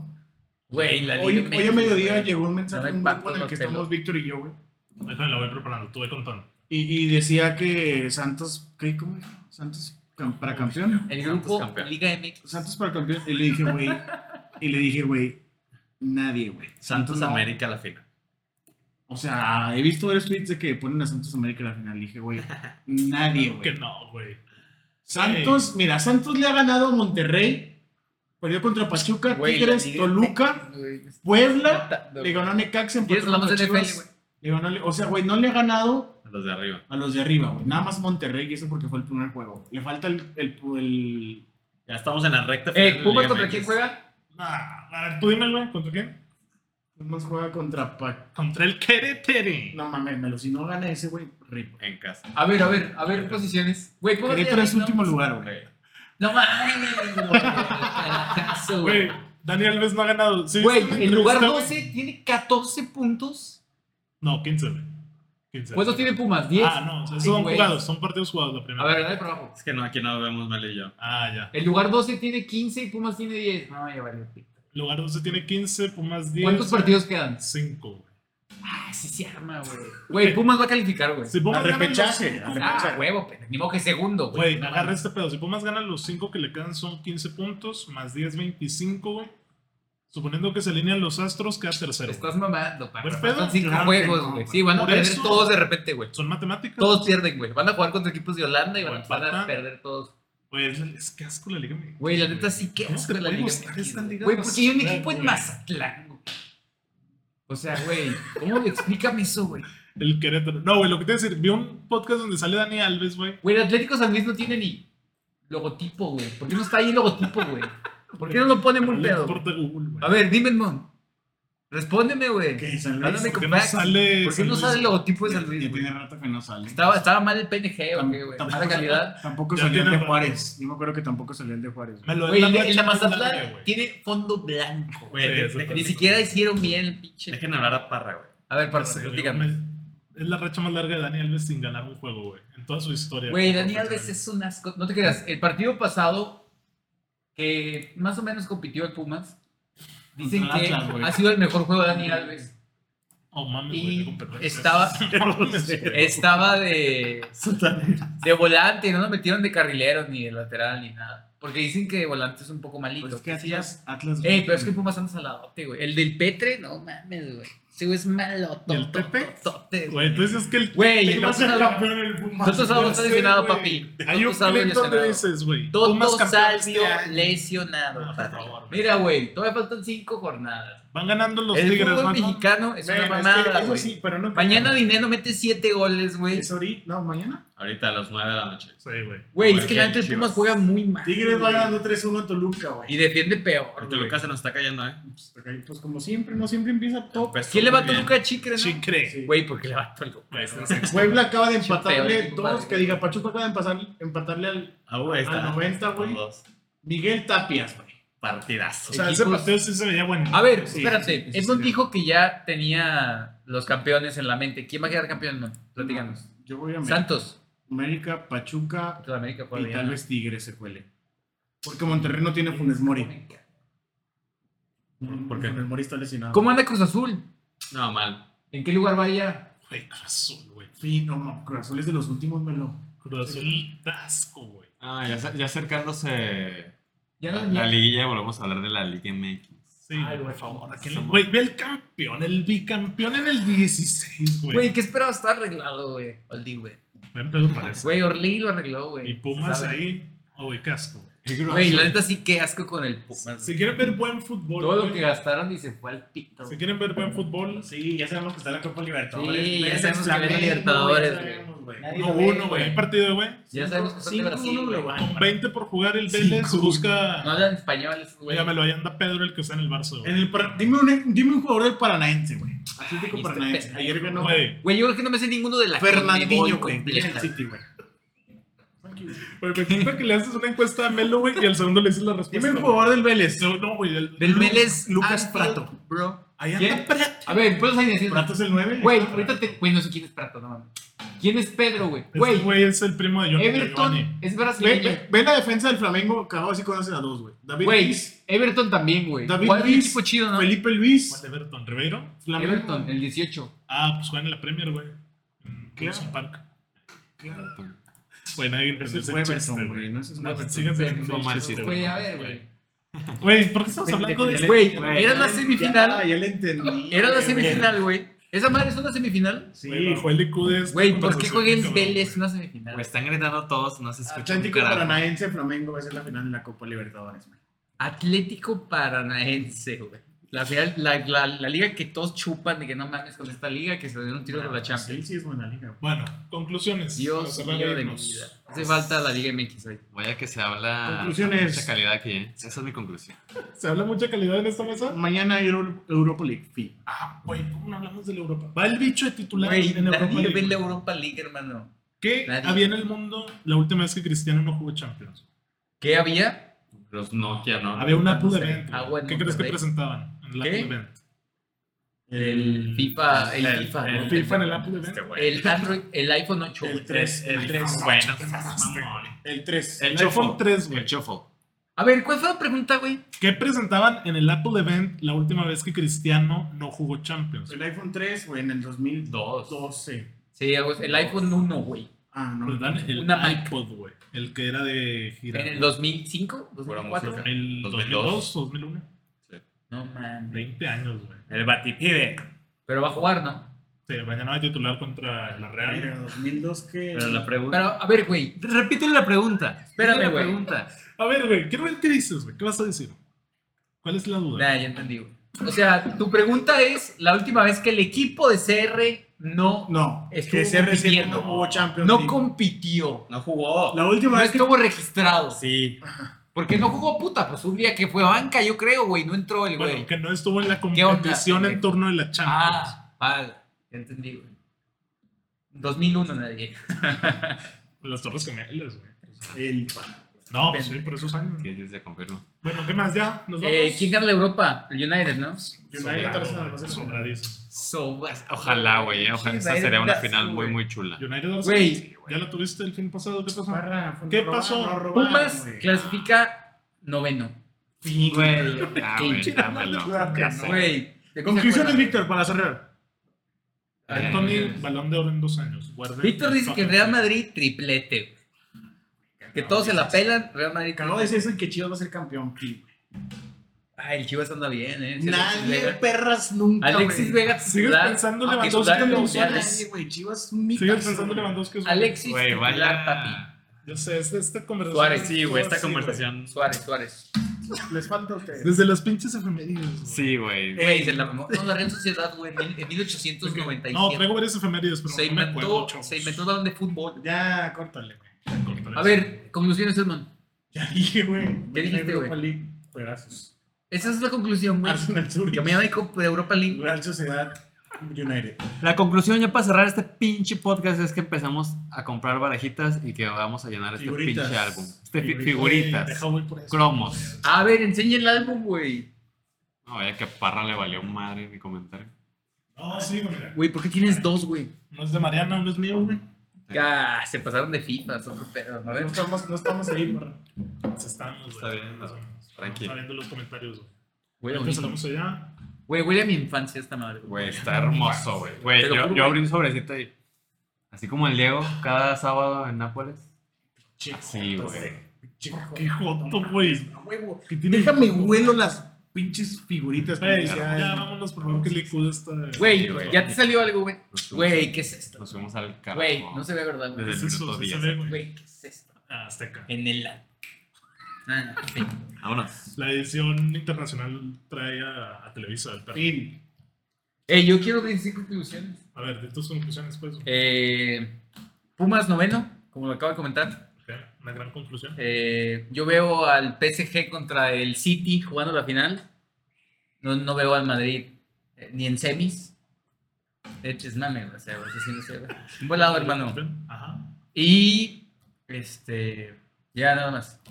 D: Güey, la
B: Hoy,
D: Liga
B: hoy a
D: MX,
B: mediodía
D: güey.
B: llegó un mensaje
D: No
B: en
D: me
B: un grupo en el
D: parto
B: que
D: los
B: estamos
D: pelos.
B: Víctor y yo, güey.
A: Déjame, la voy preparando, tuve contando.
B: Y, y decía que Santos, ¿qué? ¿Cómo dijo? Santos cam- para campeón.
D: El grupo
E: Santos campeón.
D: Liga MX.
B: Santos para campeón. Y le dije, güey. Y le dije, güey, nadie, güey.
E: Santos
B: no.
E: América a la final.
B: O sea, he visto varios tweets de que ponen a Santos América en la final. Le dije, güey, nadie,
A: Que
B: güey.
A: no, güey.
B: Santos, mira, Santos le ha ganado a Monterrey. Perdió contra Pachuca,
D: Güey,
B: Tigres,
D: la Liga
B: Toluca,
D: MX, güey, me está
B: Puebla.
D: matando,
B: Le
D: güey.
B: ganó a Necaxa. empató
D: ¿Quieres hablamos de
B: contra
D: NFL,
B: Chivas.
D: güey?
B: Le ganó- o sea, güey, no le ha ganado
E: A los de arriba.
B: a los de arriba, güey. Nada más Monterrey, y eso porque fue el primer juego. Le falta el. el, el-
E: Ya estamos en la recta final.
D: Eh,
E: de
D: ¿Pumas
E: Liga
D: contra
E: MX.
D: quién juega?
A: Nah, a ver, tú dime, güey, ¿contra quién?
B: más juega contra Pac.
A: Contra el Querétaro.
B: No mames, Melo, si no gana ese, güey, rico.
E: En casa.
D: A ver, a ver, a ver posiciones. Güey, ¿cómo
B: Querétaro es último lugar, güey.
D: No mames, güey. carajazo,
A: Güey,
D: Güey,
A: Daniel Alves no ha ganado. Sí, sí,
D: Güey,
A: sí,
D: el lugar
A: está,
D: 12 tiene 14 puntos.
A: No, 15, güey. 15.
D: ¿Cuántos Pues tiene Pumas? 10.
A: Ah, no, esos
D: Sí,
A: son
D: güey.
A: jugados, son partidos jugados la
D: A
A: primera.
D: ver, dale para abajo.
E: Es que no, aquí no vemos Mel y yo.
A: Ah, ya.
D: El lugar 12 tiene 15 y Pumas tiene 10. No, ya vale.
A: Lugar 12 tiene 15, Pumas 10.
D: ¿Cuántos partidos quedan?
A: 5, güey.
D: Ah, sí se arma, güey. Güey, Pumas va a calificar, güey.
A: Si Pumas
B: Al
A: gana los
B: repechaje,
A: cinco,
B: al
A: güey.
D: Ah, huevo, pendejo. ni modo que segundo, güey.
A: Güey,
D: No
A: agarra
D: mames.
A: este pedo. Si Pumas gana los 5 que le quedan son 15 puntos, más 10, 25, güey. Suponiendo que se alinean los astros, queda tercero. güey.
D: Estás mamando, para.
A: Buen
D: Faltan
A: Pues pedo,
D: cinco
B: claro que
D: juegos,
B: no,
D: güey.
B: güey.
D: Sí, van a
A: Por
D: perder
A: eso-
D: todos de repente, güey.
A: Son matemáticas.
D: Todos pierden, güey. Van a jugar contra equipos de Holanda y
A: O
D: van a,
A: empatan.
D: van a perder todos.
A: Güey, es, es que asco la liga. güey.
D: Güey, la neta sí que
A: ¿Cómo te
D: asco la
A: puede
D: Liga
A: gustar
D: MX,
A: esta liga
D: Güey, porque hay un
A: basura,
D: equipo en
A: güey?
D: Mazatlán, güey. O sea, güey, ¿cómo le explícame eso, güey?
A: El Querétaro. No, güey, lo que te voy a decir, vi un podcast donde sale Dani Alves, güey.
D: Güey, el Atlético San Luis no tiene ni logotipo, güey. ¿Por qué no está ahí el logotipo, güey? ¿Por qué no lo pone
A: No
D: muy
A: le
D: pedo?
A: importa Google, güey.
D: A ver, dime, Mon. Respóndeme, güey.
B: Que San Luis.
D: Mándame
A: ¿por qué
D: con
A: no
D: facts.
A: sale
D: ¿Por qué
A: San
D: no
A: Luis?
D: sale el logotipo de
B: Ya,
D: San Luis,
B: ya
D: güey?
B: tiene rato que no sale.
D: Estaba, estaba mal el PNG, ¿o
B: Tam-
D: qué, güey?
B: tampoco
D: Mala
B: sale-
D: calidad.
B: Tampoco
A: Ya
B: salió el de
A: tiene rato.
B: Juárez. Yo me acuerdo que tampoco salió el de Juárez. güey.
A: Me lo
D: Güey, el
A: dan
D: de,
A: la
D: el de
A: chingada,
D: Mazatlán
A: güey.
D: tiene fondo blanco, güey.
E: Güey,
A: Sí,
E: dejen,
D: Ni siquiera hicieron bien el pinche.
E: dejen hablar a Parra, güey.
D: A ver, para
A: Sí, güey,
D: dígame.
A: me- Es la racha más larga de Dani Alves sin ganar un juego, güey. En toda su historia.
D: Güey, Dani Alves es un asco. No te creas, el partido pasado, que más o menos compitió el Pumas, dicen
B: Contra
D: que
B: el Atlas, güey.
D: ha sido el mejor juego de Dani Alves.
A: Oh, mames,
D: y
A: güey. qué competencia.
D: estaba-
A: No mames, güey.
D: Estaba de, de volante, no lo metieron de carrilero ni de lateral ni nada. Porque dicen que de volante es un poco malito.
B: Pues es que
D: que sí
B: Atlas, Atlas.
D: Ey, pero es que Pumas anda saladote, güey. El del Petre, no mames, güey. Ese güey es malo.
A: ¿El Pepe?
D: Pepe?
A: Güey, entonces es que el
D: Güey,
A: Tecla
D: nomás
A: es el
D: nada-
A: campeón del Pumas.
D: Nosotros
A: Ya
D: estamos
A: sé,
D: lesionados,
A: güey.
D: papi.
A: Hay un
D: Nosotros estamos
A: clip donde
D: lesionados.
A: dices, güey. Pumas
D: Toto
A: campeón este
D: Salvio
A: año.
D: lesionado.
A: No, por
D: padre.
A: favor, güey.
D: Mira, güey, todavía faltan cinco jornadas.
A: Van ganando los
D: el
A: Tigres,
D: fútbol
A: ¿no?
D: mexicano es
B: Bueno,
D: una
B: es que
D: mamada,
B: eso
D: güey.
B: sí, pero no.
D: Mañana Dinero mete siete goles, güey.
B: Es ahorita. No, mañana.
E: Ahorita a las 9 de la noche.
A: Sí, güey.
D: Güey, es
E: Güey,
D: que
E: qué
D: la gente de
E: chivas.
D: Pumas juega muy mal.
B: Tigres va
D: güey.
B: ganando 3-1 a Toluca,
D: Y
B: güey.
D: defiende peor.
E: Ahorita
D: güey.
E: Lucas se nos está cayendo, ¿eh?
B: Pues, Pues como siempre, no siempre empieza top.
E: Empezó
D: ¿Quién le va a
E: muy bien.
D: Toluca a Chicre, no?
A: Sí, cree.
B: Sí.
D: Ah, Güey, pues, porque le va a Toluca.
B: Puebla acaba de
D: Chupeo,
B: empatarle
D: tipo,
B: dos,
D: madre.
B: que diga Pachuca acaba de empatar- empatarle al
E: Ah, güey,
B: al
E: está.
B: 90,
E: Con
B: güey.
E: dos
B: Miguel Tapias, güey.
E: partidazos.
A: O sea, ese
D: Equipos-
A: partido sí se veía bueno.
D: A ver,
B: Sí, sí,
D: espérate.
B: sí, sí,
D: Edmond
B: sí.
D: dijo que ya tenía los campeones en la mente. ¿Quién va a quedar campeón, Edmond? Platícanos.
B: Yo voy a América.
D: Santos.
B: América, Pachuca
D: Sudamérica
B: y
D: juega
B: tal vez Tigres se cuele. Porque Monterrey no tiene Funes Mori.
E: ¿Por qué?
B: Funes Mori está lesionado.
D: ¿Cómo anda Cruz Azul?
E: No, mal.
D: ¿En qué lugar vaya?
A: Güey, Cruz Azul, güey.
B: Sí, no, no, Cruz Azul es de los últimos, melo.
A: Cruz Azul, tasco, güey.
E: Ah, ya, ya acercándose
D: Ya no,
E: la
D: ya-
E: liguilla, volvemos a hablar de la Liga MX.
A: Sí,
B: Ay,
A: güey,
B: güey,
A: por favor. ¿a
B: sí.
A: quién le- Güey, ve el campeón, el bicampeón en el 16,
D: Güey,
A: güey.
D: ¿qué esperaba estar arreglado, güey? Oldie, güey.
A: Buen pedo parece.
D: Güey, Orlí lo arregló, güey.
A: Y Pumas
D: ¿Sabe?
A: ahí, oh, güey, casco. güey.
D: Güey, la neta sí que asco con el Pumas.
A: Si quieren ver buen fútbol,
D: Todo lo
A: güey,
D: que gastaron y se fue al pito.
A: si quieren ver buen fútbol,
B: Sí, ya sabemos que está la Copa
D: Libertadores.
B: Libertadores.
D: Sí, ya sabemos que viene Libertadores, güey. Nadie lo ve,
A: 1-1, güey. Hay partido, güey.
D: Ya sabemos que son de Brasil, güey.
A: Con 20 por jugar el Vélez
B: Cinco,
D: No
A: busca.
D: hablan español, esos, güey.
A: Güey, me lo ahí anda Pedro el que está en el Barça,
B: En
A: güey.
B: el par- dime, un, dime un jugador del Paranaense, güey.
D: Ay,
B: Atlético
D: este
B: Paranaense.
D: pendejo,
B: Ayer ganó
A: Güey,
D: Güey, yo creo que no me sé ninguno de la Conmebol
B: Fernandinho, güey.
D: completa.
B: del City, güey.
A: güey, me encanta que le haces una encuesta a Melo, güey, y al segundo le dices la
B: Dime
A: respuesta.
B: un
A: güey.
B: jugador del Vélez.
A: No, no, güey. Del,
D: Del
A: Lu-
D: Vélez,
B: Lucas
D: Anfield,
B: Prato.
D: Bro.
B: Ahí
D: ¿Quién?
B: anda Prato.
D: A ver, pues ahí decir.
B: Prato es el 9.
D: Güey, ahorita te. Güey, no sé quién es Prato, no mames. ¿Quién es Pedro, güey?
A: Este
D: Güey,
A: güey es el primo de Johnny.
D: Everton
A: Giovanni.
D: es
B: Ve,
D: brasileño.
B: ve- ve la defensa del Flamengo, cagado así conoces a dos, güey. David
D: Güey,
B: Luiz,
D: Everton también, güey.
B: David
D: ¿Cuál es un
B: Luiz,
D: equipo chido, no?
B: Felipe Luis,
A: ¿Cuál de Everton? ¿Ribeiro?
B: Flamengo.
D: Everton, el 18.
A: Ah, pues juegan en la Premier, güey. En
B: Claro.
A: Wilson Park.
B: Claro.
A: Güey, nadie
B: Ese
A: entendió
B: es
A: ese chiste,
B: Everton,
A: güey.
B: güey. No ese es
A: No,
B: Everton.
A: síganse en
E: No
A: el
E: manches,
A: chiste,
D: Güey, a ver, güey.
A: Güey, ¿por qué estamos hablando de este? esto?
D: Güey,
B: Güey,
D: era la
B: ya-
D: semifinal.
B: Ya, ya le entendí.
D: Era la
B: güey.
D: semifinal, güey. ¿Esa madre es una semifinal?
B: Sí,
A: Güey, bajó el IQ de esto,
D: Güey, ¿por
A: pero
D: qué
A: sí,
D: juegues
A: cabrón,
D: Vélez
A: güey.
D: una semifinal?
E: Pues están gritando todos, no se
D: Ah,
E: escucha un
B: Atlético
E: carajo.
B: Paranaense Flamengo va a ser la final de la Copa Libertadores, güey.
D: Atlético Paranaense, güey. La, final- la, la, la liga que todos chupan de que no mames con esta liga, que se den un tiro con la Champions.
B: Ah, Sí, sí es buena liga.
A: Bueno, conclusiones.
D: Dios
A: Para
D: mío de mi
A: e irnos.
D: vida. Hace falta la Liga MX hoy.
E: Vaya que se habla
B: Conclusiones.
E: mucha calidad aquí, ¿eh? Esa es mi conclusión.
A: ¿Se habla mucha calidad en esta mesa?
B: Mañana hay Euro- Europa League, fin.
A: Ah, güey, ¿cómo no hablamos de la Europa? Va el bicho de titular
D: Güey,
A: en Europa
D: nadie
A: League,
D: ve la
A: güey.
D: Europa League, hermano.
A: ¿Qué
D: nadie.
A: había en el mundo la última vez que Cristiano no jugó Champions?
D: ¿Qué había?
E: Los Nokia, ¿no?
A: Había un Apple
B: no sé.
A: Event. güey.
D: Ah, bueno,
A: ¿Qué crees que
D: Monterrey.
A: presentaban en el
D: ¿Qué?
A: Apple Event?
D: El FIFA, el, FIFA,
A: el
D: ¿no? Este
A: FIFA en el Apple Event.
D: El Android, el iPhone 8.
B: El 3, el 3.
E: Bueno,
B: El 3.
E: el
A: El
E: Shuffle.
A: iPhone 3,
E: El
A: güey.
E: Shuffle.
D: A ver, ¿cuál fue la pregunta, güey?
A: ¿Qué presentaban en el Apple Event la última vez que Cristiano no jugó Champions?
B: El iPhone 3, güey, en el 2012.
D: Sí, algo- el iPhone 1, güey.
B: Ah, no.
E: Pues
A: ¿Verdad? El
D: Una Mac.
A: iPod, güey. El que era de girar.
D: ¿En el 2005?
E: Pura
D: ¿2004?
E: música.
A: El
E: 2002,
A: 2002, 2001.
D: No mames.
A: 20 años, güey.
B: El Batipibe.
D: Pero va a jugar, ¿no?
A: Sí, mañana va a titular contra la
B: Era
A: Real.
B: 2002 que.
E: Pero la pregunta.
D: Pero, a ver, güey.
E: Repítele la pregunta.
D: Espérame,
E: Repítele la
D: güey.
E: pregunta.
A: A ver, güey, quiero ver qué dices, güey. ¿Qué vas a decir? ¿Cuál es la duda?
D: Nah, ya entendí, güey. O sea, tu pregunta es la última vez que el equipo de CR no,
B: No, es
D: Estuvo
B: que CR7
D: compitiendo.
B: no jugó Champions
D: no
B: League.
D: compitió.
E: No jugó.
B: La última
D: No
B: vez que.
D: estuvo registrado.
E: Sí.
D: Porque no jugó puta, pues un día que fue banca, yo creo, güey. No entró el
A: bueno,
D: güey.
A: que no estuvo en la
D: ¿Qué onda,
A: competición
D: güey?
A: en torno de la Champions.
D: ah, vale. Ya entendí, güey. 2001 nadie.
A: Las Torres Gemelas, güey.
B: El...
A: No, pues sí, por esos años.
E: Sí, sí, se confirma.
A: Bueno, ¿qué más? Ya, nos vamos.
D: Eh, ¿Quién gana la Europa? El United, ¿no?
A: United
B: Sobrado,
A: Arsenal,
B: güey.
A: sobradísimo.
D: Sobas.
E: pues, Ojalá, güey. eh, Ojalá. Esa sería una final muy, muy chula.
A: United Arsenal.
D: Güey.
A: Ya la tuviste el fin pasado, ¿qué pasó?
B: Barra,
A: ¿Qué
B: robar,
A: pasó?
B: no robar,
D: Pumas
B: güey.
D: clasifica noveno.
B: Sí, güey.
E: Ah, güey, dámelo. Ya sé.
D: Güey. ¿de qué se
B: Conclusiones,
D: acuerdan?
B: Víctor, para cerrar.
A: Eh, Anthony, balón de oro en dos años. Guarden
D: Víctor
A: el
D: dice que
A: fucking-
D: Real Madrid triplete. güey. Que todos se la pelan, Real Madrid.
B: Acabo de decir eso y que Chivas va a ser campeón. güey.
D: Ay, el Chivas anda bien, eh.
B: Nadie, perras, nunca.
D: Alexis
B: güey.
D: Vega
A: Sigues
D: titular,
A: pensando
D: aunque
A: Lewandowski
D: titular
A: en
D: en
A: los
D: mundiales.
B: Nadie, güey. Chivas es un mito.
A: Sigues pensando Lewandowski. es un-
D: Alexis
C: Güey,
D: titular,
C: vaya.
D: papi.
A: Yo sé, esta, esta conversación.
D: Suárez,
C: Sí, güey, esta
A: Sí, güey.
C: conversación.
D: Suárez, Suárez.
B: Les falta a ustedes.
A: Desde las pinches efemérides. güey.
C: Sí, güey.
D: Güey, se la mamó. No, la Real Sociedad, güey, en mil- en
A: Ok.
D: 1897.
A: No, traigo varias efemérides, pero
D: se
A: no me acuerdo.
D: inventó,
A: chavos.
D: se inventó el balón de fútbol.
B: Ya, córtale, güey.
D: A ver, conclusiones, Edmond.
B: Ya dije, güey.
D: ¿Qué dijiste,
B: Europa
D: güey?
B: League, pedazos.
D: Esa es la conclusión, güey.
B: Arsenal Sur.
D: Que me llama de Europa League.
B: Real Sociedad United.
C: La conclusión ya para cerrar este pinche podcast es que empezamos a comprar barajitas y que vamos a llenar este
B: Figuritas.
C: pinche álbum. Este fi-
B: Figuritas.
C: figuritas.
A: Deja voy por eso.
C: Cromos.
D: A ver, enseña el álbum, güey.
C: No, vaya que parra le valió madre mi comentario.
A: No, sí, güey. mira.
D: Güey, ¿por qué tienes dos, güey?
A: No es de Mariana, no es mío, güey.
D: Ah, se pasaron de FIFA, es otro pedo. A
B: No
D: ver.
B: estamos, no estamos ahí, morra.
A: Se están, güey.
C: Está bien, no, tranquilo.
A: Está viendo los comentarios, güey.
D: Güey,
A: Ya
D: bonito.
A: Empezamos allá.
D: Güey, huele a mi infancia esta madre.
C: Güey, está hermoso, güey. Güey,
D: Pero
C: yo,
D: puro
C: yo
D: güey.
C: abrí un sobrecito ahí. Así como el Diego, cada sábado en Nápoles.
B: Chico,
C: Sí, güey.
B: Chico,
A: Qué joto, güey.
B: A huevo.
A: ¿Qué tiene?
B: Déjame huelo las pinches figuritas.
A: Güey,
B: pinches,
A: ya, ya, vámonos, por favor, que le cude esta.
D: Güey,
C: Sí, güey.
D: ya te salió algo, güey.
C: Nos fuimos-
D: Güey, ¿qué es esto?
C: Nos fuimos al carajo.
D: Güey, no se ve verdad,
C: Desde
D: güey.
A: ¿Qué
C: el
A: es eso?
C: minuto
A: Sí se
C: 10.
A: ve, güey.
D: Güey, ¿qué es esto?
A: Ah, Azteca.
D: En el lado. Ah, sí.
C: Vámonos.
A: La edición internacional trae a, a Televisa al perro.
B: Fin.
D: Eh, yo quiero decir conclusiones.
A: A ver, de tus conclusiones, pues. güey.
D: Eh, Pumas noveno, como lo acabo de comentar.
A: Ok, Una gran conclusión.
D: Eh, yo veo al PSG contra el City jugando la final. No, no veo al Madrid eh, ni en semis. De hecho, es mame, güey, o sea, eso sí no se ve. Un volado, hermano.
A: Ajá.
D: Y este, ya nada más.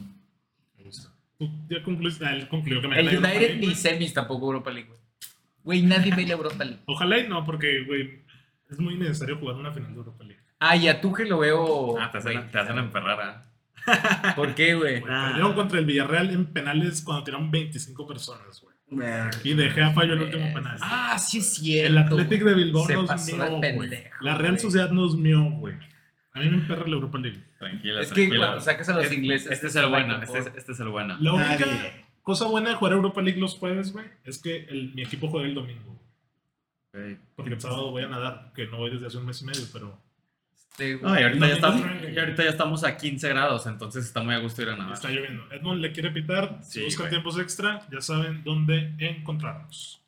A: Me gusta. Tú ya concluiste. Ah, él concluyó que me
D: El
A: cae Europa
D: United
A: League,
D: ni
A: güey.
D: semis tampoco Europa League, güey. Güey, nadie ve la Europa League.
A: Ojalá y no, porque, güey, es muy necesario jugar una final de Europa League.
D: Ah, y a Tuchel lo veo.
C: Ah, te hacen,
D: güey,
C: te hacen emperrar, ¿ah?
D: ¿Por qué, güey?
A: Güey, Perdieron contra el Villarreal en penales cuando tiraron 25 personas, güey.
B: Verga.
A: Y dejé a fallo el último penal.
D: Ah, sí es
A: el
D: cierto.
A: Athletic de Bilbao
D: Se
A: nos
D: pasó
A: mió,
D: de
A: güey.
D: pendejo,
A: La Real
D: güey.
A: Sociedad nos mió, güey. A mí me emperra la Europa League.
C: Tranquila,
D: Es que
C: tranquila.
D: cuando sacas a los
C: Este-
D: ingleses.
C: Este es el bueno, este
D: Este
C: es, este es el bueno.
A: La única
B: Nadie.
A: cosa buena de jugar Europa League los jueves, güey, es que el- mi equipo juega el domingo. güey.
C: Ok.
A: Porque el sábado voy a nadar, que no voy desde hace un mes y medio, pero
D: este,
C: No, y ahorita, ya
A: No, no,
C: estamos,
A: no.
C: y ahorita ya estamos a 15 grados, entonces está muy a gusto ir a nadar.
A: está lloviendo. Edmond le quiere pitar, si
C: Ah. Sí,
A: buscan
C: güey.
A: tiempos extra, ya saben dónde encontrarnos.